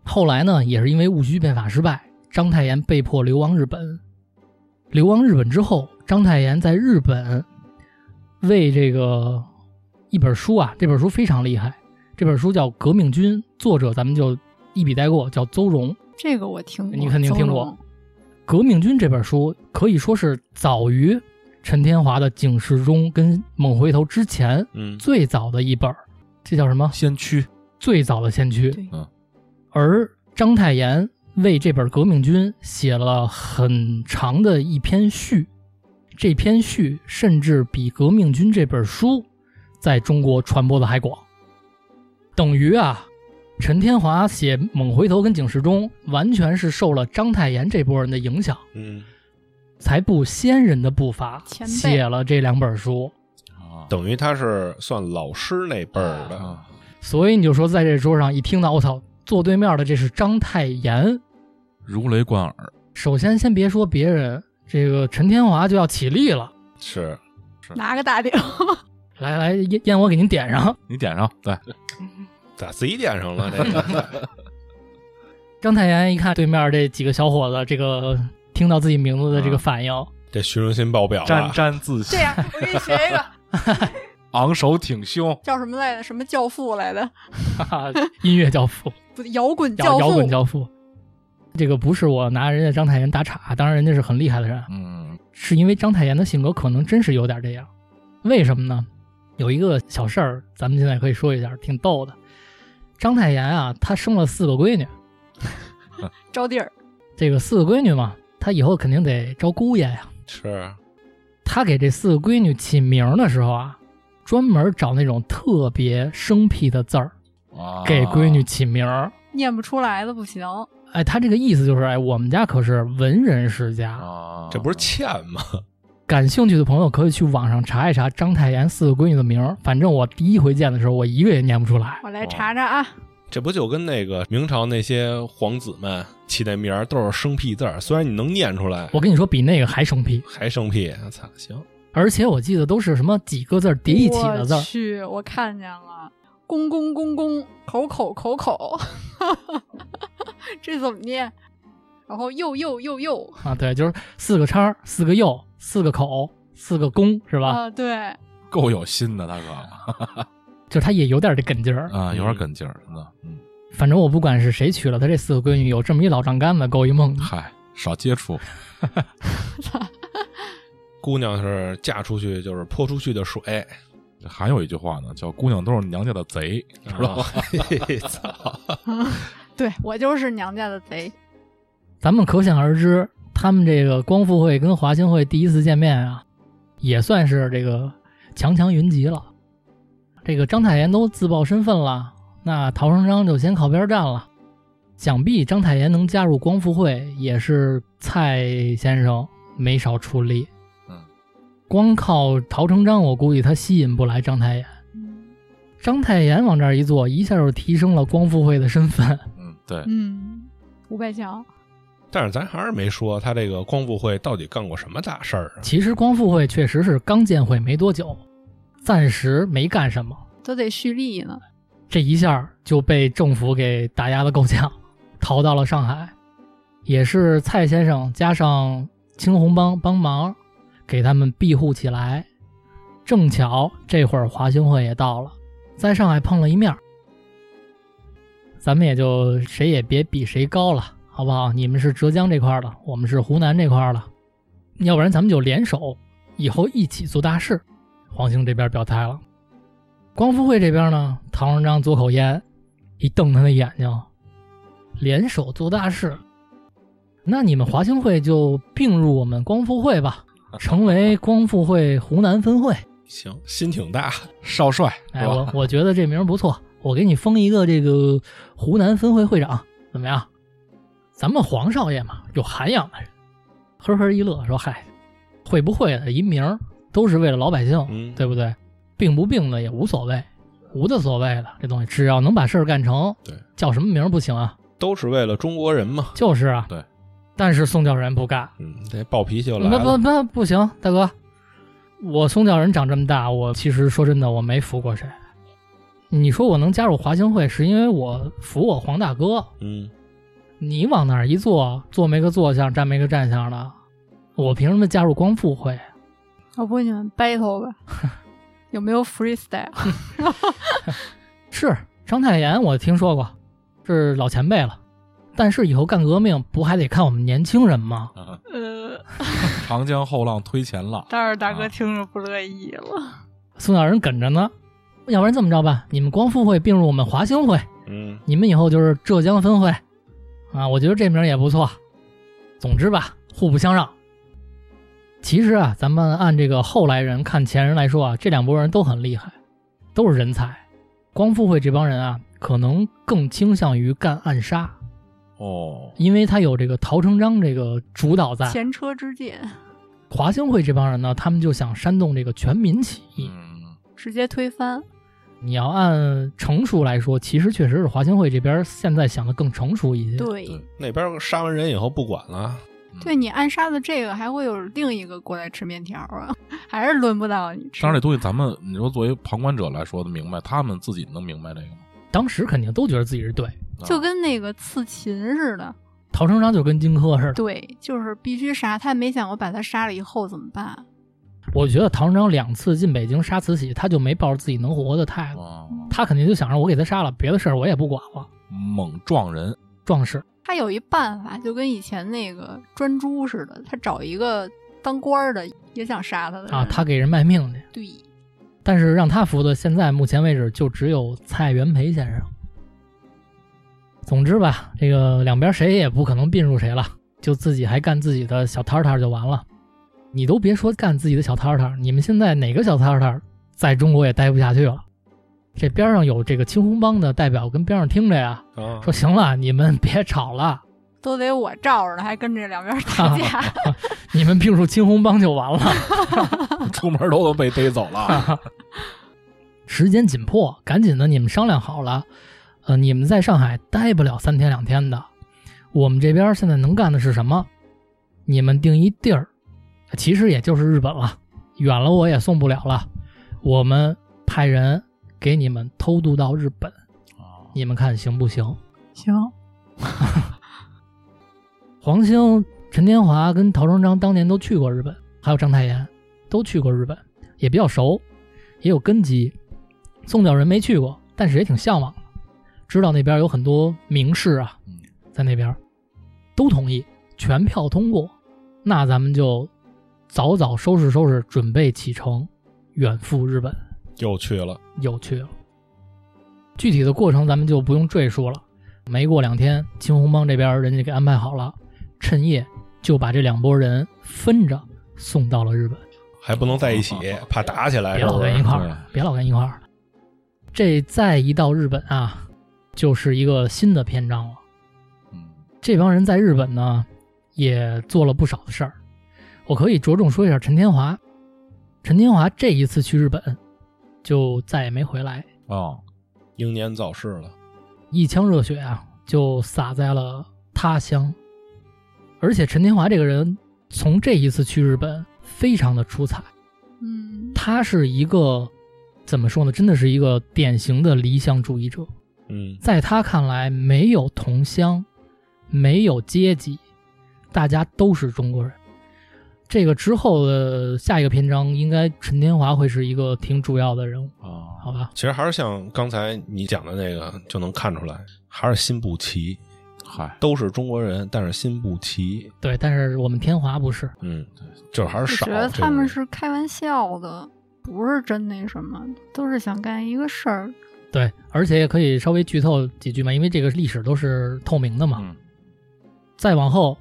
Speaker 1: 后来呢，也是因为戊戌变法失败，张太炎被迫流亡日本。流亡日本之后，张太炎在日本为这个一本书啊，这本书非常厉害，这本书叫《革命军》，作者咱们就一笔带过，叫邹容。
Speaker 4: 这个我听过，
Speaker 1: 你肯定听过
Speaker 4: 邹容。
Speaker 1: 《革命军》这本书可以说是早于陈天华的《警示钟》跟《猛回头》之前
Speaker 2: 嗯，
Speaker 1: 最早的一本儿，这叫什么？
Speaker 3: 先驱，
Speaker 1: 最早的先驱。
Speaker 4: 对
Speaker 1: 而章太炎为这本《革命军》写了很长的一篇序，这篇序甚至比《革命军》这本书在中国传播的还广。等于啊，陈天华写《猛回头》跟《警示钟》，完全是受了章太炎这波人的影响，
Speaker 2: 嗯，
Speaker 1: 才步先人的步伐
Speaker 4: 前辈
Speaker 1: 写了这两本书。
Speaker 3: 啊，
Speaker 2: 等于他是算老师那辈儿的，
Speaker 3: 啊，
Speaker 1: 所以你就说，在这桌上一听到我操，坐对面的这是章太炎，
Speaker 3: 如雷贯耳，
Speaker 1: 首先先别说别人，这个陈天华就要起立了。
Speaker 2: 是
Speaker 4: 拿个大顶，
Speaker 1: 来来，烟烟我给您点上。
Speaker 3: 你点上，对，
Speaker 2: 咋自己点 上了？这个
Speaker 1: 张太炎一看对面这几个小伙子，这个听到自己名字的这个反应，
Speaker 4: 啊
Speaker 2: 这虚荣心爆表
Speaker 3: 沾
Speaker 2: 了，
Speaker 3: 沾自喜
Speaker 4: 这，
Speaker 1: 啊
Speaker 4: 样我给你学一个
Speaker 3: 昂首挺胸，
Speaker 4: 叫什么来着？什么教父来的？
Speaker 1: 哈哈，音乐教 父，
Speaker 4: 不，摇滚
Speaker 1: 摇
Speaker 4: 父。
Speaker 1: 摇滚教父。这个不是我拿人家张太炎打岔，当然人家是很厉害的人，啊
Speaker 3: 嗯，
Speaker 1: 是因为张太炎的性格可能真是有点这样。为什么呢？有一个小事儿，咱们现在可以说一下，挺逗的。张太炎啊，他生了四个闺女，
Speaker 4: 招弟儿，
Speaker 1: 这个四个闺女嘛，她以后肯定得招姑爷呀。
Speaker 2: 是啊
Speaker 1: 他给这四个闺女起名儿的时候啊，专门找那种特别生僻的字儿
Speaker 3: 啊，
Speaker 1: 给闺女起名儿。
Speaker 4: 念不出来的不行。
Speaker 1: 哎，他这个意思就是，哎，我们家可是文人世家，
Speaker 3: 啊，
Speaker 2: 这不是欠吗？
Speaker 1: 感兴趣的朋友可以去网上查一查章太炎四个闺女的名儿。反正我第一回见的时候，我一个也念不出来。
Speaker 4: 我来查查啊，
Speaker 2: 这不就跟那个明朝那些皇子们起那名儿都是生僻字儿，虽然你能念出来，
Speaker 1: 我跟你说，比那个还生僻，
Speaker 2: 还生僻。我操，行，
Speaker 1: 而且我记得都是什么几个字儿叠一起的字
Speaker 4: 我
Speaker 1: 儿，
Speaker 4: 去，我看见了，公公公公，口口口口， 这怎么念？然后又又又又
Speaker 1: 啊，对，就是四个叉儿，四个右，四个口，四个弓，是吧？
Speaker 4: 啊，对，
Speaker 3: 够有心的大哥
Speaker 1: 就是他也有点这梗劲儿。
Speaker 3: 啊，有点梗劲儿，真的。嗯，
Speaker 1: 反正我不管是谁娶了他这四个闺女，有这么一老丈杆子够一梦的。
Speaker 3: 嗨，少接触，
Speaker 2: 姑娘是嫁出去就是泼出去的水，
Speaker 3: 还有一句话呢，叫“姑娘都是娘家的贼”，知道吧？
Speaker 2: 吧？操，
Speaker 4: 对我就是娘家的贼，
Speaker 1: 咱们可想而知，他们这个光复会跟华兴会第一次见面啊，也算是这个强强云集了。这个章太炎都自曝身份了，那陶成章就先靠边站了。想必章太炎能加入光复会，也是蔡先生没少出力。
Speaker 3: 嗯，
Speaker 1: 光靠陶成章，我估计他吸引不来章太炎。章太炎往这儿一坐，一下就提升了光复会的身份。
Speaker 3: 嗯，对，
Speaker 4: 嗯，五百强，
Speaker 2: 但是咱还是没说他这个光复会到底干过什么大事儿啊？
Speaker 1: 其实光复会确实是刚建会没多久，暂时没干什么，
Speaker 4: 都得蓄力呢，
Speaker 1: 这一下就被政府给打压的够呛，逃到了上海。也是蔡先生加上青红帮帮忙，给他们庇护起来。正巧这会儿华兴会也到了，在上海碰了一面儿，咱们也就谁也别比谁高了，好不好？你们是浙江这块儿的，我们是湖南这块儿的，要不然咱们就联手，以后一起做大事。黄兴这边表态了。光复会这边呢，唐荣章嘬口烟，一瞪他的眼睛，联手做大事。那你们华兴会就并入我们光复会吧，成为光复会湖南分会。
Speaker 2: 行，心挺大，
Speaker 3: 少帅是
Speaker 1: 哎，
Speaker 3: 吧？
Speaker 1: 我我觉得这名儿不错，我给你封一个这个湖南分会会长，怎么样？咱们黄少爷嘛，有涵养的人，呵呵一乐说：“嗨，会不会的一名儿都是为了老百姓，
Speaker 2: 嗯
Speaker 1: 对不对？病不病的也无所谓，无的所谓的这东西，只要能把事儿干成，
Speaker 2: 对，
Speaker 1: 叫什么名儿不行啊？
Speaker 2: 都是为了中国人嘛。
Speaker 1: 就是啊，
Speaker 3: 对。
Speaker 1: 但是宋教仁不干，
Speaker 2: 嗯，这暴脾气就来
Speaker 1: 不不
Speaker 2: 了。
Speaker 1: 不，不行，大哥，我宋教仁长这么大，我其实说真的，我没服过谁。你说我能加入华兴会，是因为我服我黄大哥。
Speaker 2: 嗯，
Speaker 1: 你往那儿一坐，坐没个坐相，站没个站相的，我凭什么加入光复会？啊
Speaker 4: 要不你们 battle 吧，有没有 freestyle？
Speaker 1: 是章太炎，我听说过，是老前辈了。但是以后干革命不还得看我们年轻人吗？
Speaker 2: 啊
Speaker 3: 嗯
Speaker 4: 呃，
Speaker 3: 长江后浪推前浪，
Speaker 4: 但是大
Speaker 3: 啊
Speaker 4: 哥听着不乐意了，
Speaker 1: 宋教仁梗着呢，要不然这么着吧，你们光复会并入我们华兴会，
Speaker 2: 嗯，
Speaker 1: 你们以后就是浙江分会啊，我觉得这名儿也不错。总之吧，互不相让。其实啊，咱们按这个后来人看前人来说啊，这两拨人都很厉害，都是人才。光复会这帮人啊，可能更倾向于干暗杀，
Speaker 3: 哦，
Speaker 1: 因为他有这个陶成章这个主导在。
Speaker 4: 前车之鉴，
Speaker 1: 华兴会这帮人呢，他们就想煽动这个全民起义。
Speaker 3: 嗯，
Speaker 4: 直接推翻，
Speaker 1: 你要按成熟来说，其实确实是华兴会这边现在想的更成熟一些。
Speaker 4: 对
Speaker 3: 对
Speaker 2: 那边杀完人以后不管了，
Speaker 4: 对你暗杀的这个，还会有另一个过来吃面条啊， 还是轮不到你吃。
Speaker 3: 当然这东西咱们你说作为旁观者来说的明白，他们自己能明白这个吗？
Speaker 1: 当时肯定都觉得自己是对，
Speaker 3: 啊
Speaker 4: 就跟那个刺秦似的，
Speaker 1: 陶成章就跟荆轲似的。
Speaker 4: 对，就是必须杀。他也没想过把他杀了以后怎么办。
Speaker 1: 我觉得唐章两次进北京杀慈禧，他就没抱着自己能活的态度，
Speaker 3: 啊
Speaker 1: 他肯定就想着我给他杀了，别的事儿我也不管了。
Speaker 3: 猛撞人，
Speaker 1: 壮士，
Speaker 4: 他有一办法，就跟以前那个专诸似的，他找一个当官儿的也想杀他的人
Speaker 1: 啊，他给人卖命去。
Speaker 4: 对
Speaker 1: 但是让他服的，现在目前为止就只有蔡元培先生。总之吧，这个两边谁也不可能并入谁了，就自己还干自己的小摊摊就完了。你都别说干自己的小摊儿摊儿，你们现在哪个小摊儿摊儿在中国也待不下去了？这边上有这个青红帮的代表跟边上听着呀，
Speaker 2: 啊，
Speaker 1: 说行了，你们 别吵了，
Speaker 4: 都得我罩着呢，还跟这两边打 架。
Speaker 1: 你们并入青红帮就完了。
Speaker 3: 出门都都被逮走了。
Speaker 1: 时间紧迫，赶紧的，你们商量好了，呃，你们在上海待不了三天两天的，我们这边现在能干的是什么？你们定一地儿，其实也就是日本了，远了我也送不了了，我们派人给你们偷渡到日本，你们看行不行？
Speaker 4: 行，
Speaker 1: 黄兴、陈天华跟陶成章当年都去过日本，还有章太炎都去过日本，也比较熟，也有根基。宋教仁没去过，但是也挺向往的，知道那边有很多名士啊
Speaker 3: 嗯，
Speaker 1: 在那边都同意全票通过。那咱们就早早收拾收拾，准备启程，远赴日本。
Speaker 2: 又去了，
Speaker 1: 有趣了。具体的过程咱们就不用赘述了。没过两天，青红帮这边人家给安排好了，趁夜就把这两拨人分着送到了日本。
Speaker 2: 还不能在一起
Speaker 3: 哦好好好，
Speaker 2: 怕打起来
Speaker 1: 别
Speaker 2: 是
Speaker 1: 老
Speaker 2: 不
Speaker 1: 跟一
Speaker 2: 是？
Speaker 1: 块儿，别老跟一块儿。这再一到日本啊，就是一个新的篇章了。
Speaker 3: 嗯，
Speaker 1: 这帮人在日本呢，也做了不少的事儿。我可以着重说一下陈天华。陈天华这一次去日本，就再也没回来。
Speaker 3: 哦，
Speaker 2: 英年早逝了，
Speaker 1: 一腔热血啊，就洒在了他乡。而且陈天华这个人，从这一次去日本，非常的出彩。
Speaker 4: 嗯，
Speaker 1: 他是一个怎么说呢？真的是一个典型的理想主义者。
Speaker 2: 嗯，
Speaker 1: 在他看来，没有同乡，没有阶级，大家都是中国人。这个之后的下一个篇章，应该陈天华会是一个挺主要的人物，
Speaker 3: 哦，
Speaker 1: 好吧？
Speaker 2: 其实还是像刚才你讲的那个，就能看出来，还是心不齐，
Speaker 3: 嗨，
Speaker 2: 都是中国人，但是心不齐，
Speaker 1: 对，但是我们天华不是，
Speaker 2: 嗯，就是还
Speaker 4: 我
Speaker 2: 是少。
Speaker 4: 觉得他们
Speaker 2: 这种
Speaker 4: 是开玩笑的，不是真那什么，都是想干一个事儿。
Speaker 1: 对，而且也可以稍微剧透几句嘛，因为这个历史都是透明的嘛。
Speaker 3: 嗯
Speaker 1: 再往后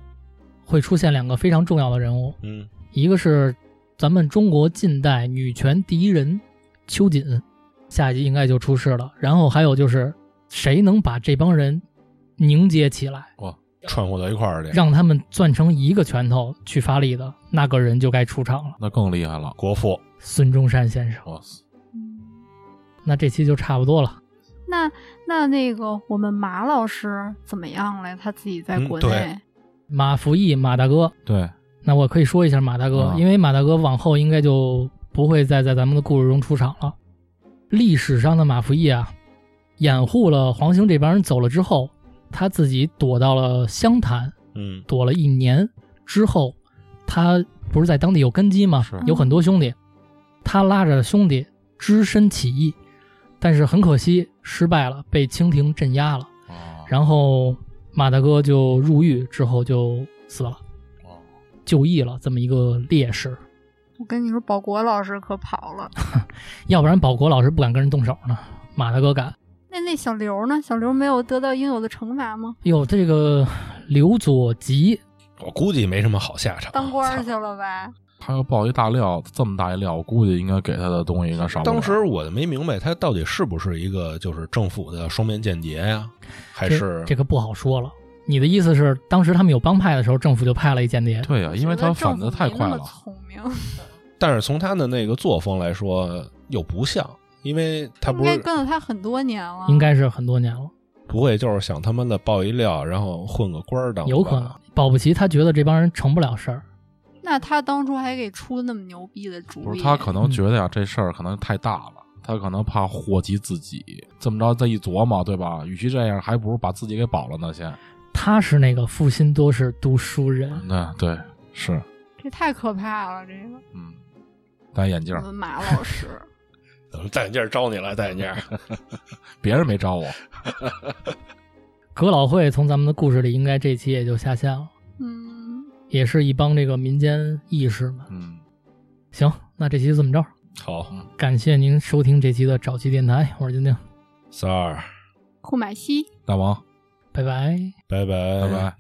Speaker 1: 会出现两个非常重要的人物，
Speaker 2: 人，嗯，
Speaker 1: 一个是咱们中国近代女权第一人秋瑾，下一集应该就出世了。然后还有就是谁能把这帮人凝结起来，
Speaker 2: 串和到一块儿去，
Speaker 1: 让他们攥成一个拳头去发力的那个人就该出场了，
Speaker 3: 那更厉害了，
Speaker 2: 国父
Speaker 1: 孙中山先生。
Speaker 3: 哇塞，
Speaker 1: 那这期就差不多了。
Speaker 4: 嗯那那那个我们马老师怎么样了？他自己在
Speaker 2: 嗯
Speaker 4: 国
Speaker 2: 对
Speaker 4: 内，
Speaker 1: 马福义，马大哥，
Speaker 3: 对，
Speaker 1: 那我可以说一下马大哥，
Speaker 3: 啊
Speaker 1: 因为马大哥往后应该就不会再在咱们的故事中出场了。历史上的马福义啊，掩护了黄兴这帮人走了之后，他自己躲到了湘潭，
Speaker 2: 嗯，
Speaker 1: 躲了一年之后，他不是在当地有根基吗
Speaker 3: 是？
Speaker 1: 有很多兄弟，他拉着兄弟只身起义，但是很可惜失败了，被清廷镇压了。
Speaker 3: 哦，
Speaker 1: 然后马大哥就入狱之后就死了。
Speaker 3: 哦
Speaker 1: 就义了这么一个烈士，
Speaker 4: 我跟你说，保国老师可跑了。
Speaker 1: 要不然保国老师不敢跟人动手呢。马大哥敢。
Speaker 4: 那那小刘呢？小刘没有得到应有的惩罚吗？
Speaker 1: 哟，这个刘左吉，
Speaker 2: 我估计没什么好下场。啊
Speaker 4: 当官儿去
Speaker 2: 操
Speaker 4: 了呗。
Speaker 3: 他要爆一大料，这么大一料，我估计应该给他的东西应该少不了。
Speaker 2: 当时我就没明白，他到底是不是一个就是政府的双面间谍呀、还是
Speaker 1: 这这个不好说了。你的意思是，当时他们有帮派的时候，政府就派了一间谍？
Speaker 3: 对呀、因为他反的太快
Speaker 4: 我觉得政府没那
Speaker 3: 了
Speaker 4: 么，聪明，
Speaker 2: 但是从他的那个作风来说，又不像，因为他
Speaker 4: 应
Speaker 2: 不
Speaker 4: 该
Speaker 2: 是
Speaker 4: 跟了他很多年了。
Speaker 1: 应该是很多年了，
Speaker 2: 不会就是想他妈的爆一料，然后混个官儿当吧
Speaker 1: 有可能。保不齐他觉得这帮人成不了事儿，
Speaker 4: 那他当初还给出那么牛逼的主意，
Speaker 3: 不是他可
Speaker 4: 嗯
Speaker 3: 能觉得呀、这事儿可能太大了。他可能怕祸及自己，这么着再一琢磨，对吧？与其这样，还不如把自己给保了呢。先，
Speaker 1: 他是那个负心多事读书人。
Speaker 3: 那对是，
Speaker 4: 这太可怕了。这个
Speaker 3: 嗯，戴眼镜儿
Speaker 4: 我，们马老师，
Speaker 2: 怎么戴眼镜儿招你了？戴眼镜儿，
Speaker 3: 别人没招我。
Speaker 1: 葛老会从咱们的故事里，应该这期也就下线了，
Speaker 4: 嗯，
Speaker 1: 也是一帮这个民间义士们。
Speaker 3: 嗯，
Speaker 1: 行，那这期就这么着，
Speaker 2: 好
Speaker 1: 感谢您收听这期的找气电台，我是金丁，
Speaker 2: 三儿，
Speaker 4: 库买西。
Speaker 3: 大王，
Speaker 1: 拜拜。
Speaker 2: 拜拜
Speaker 3: 拜拜。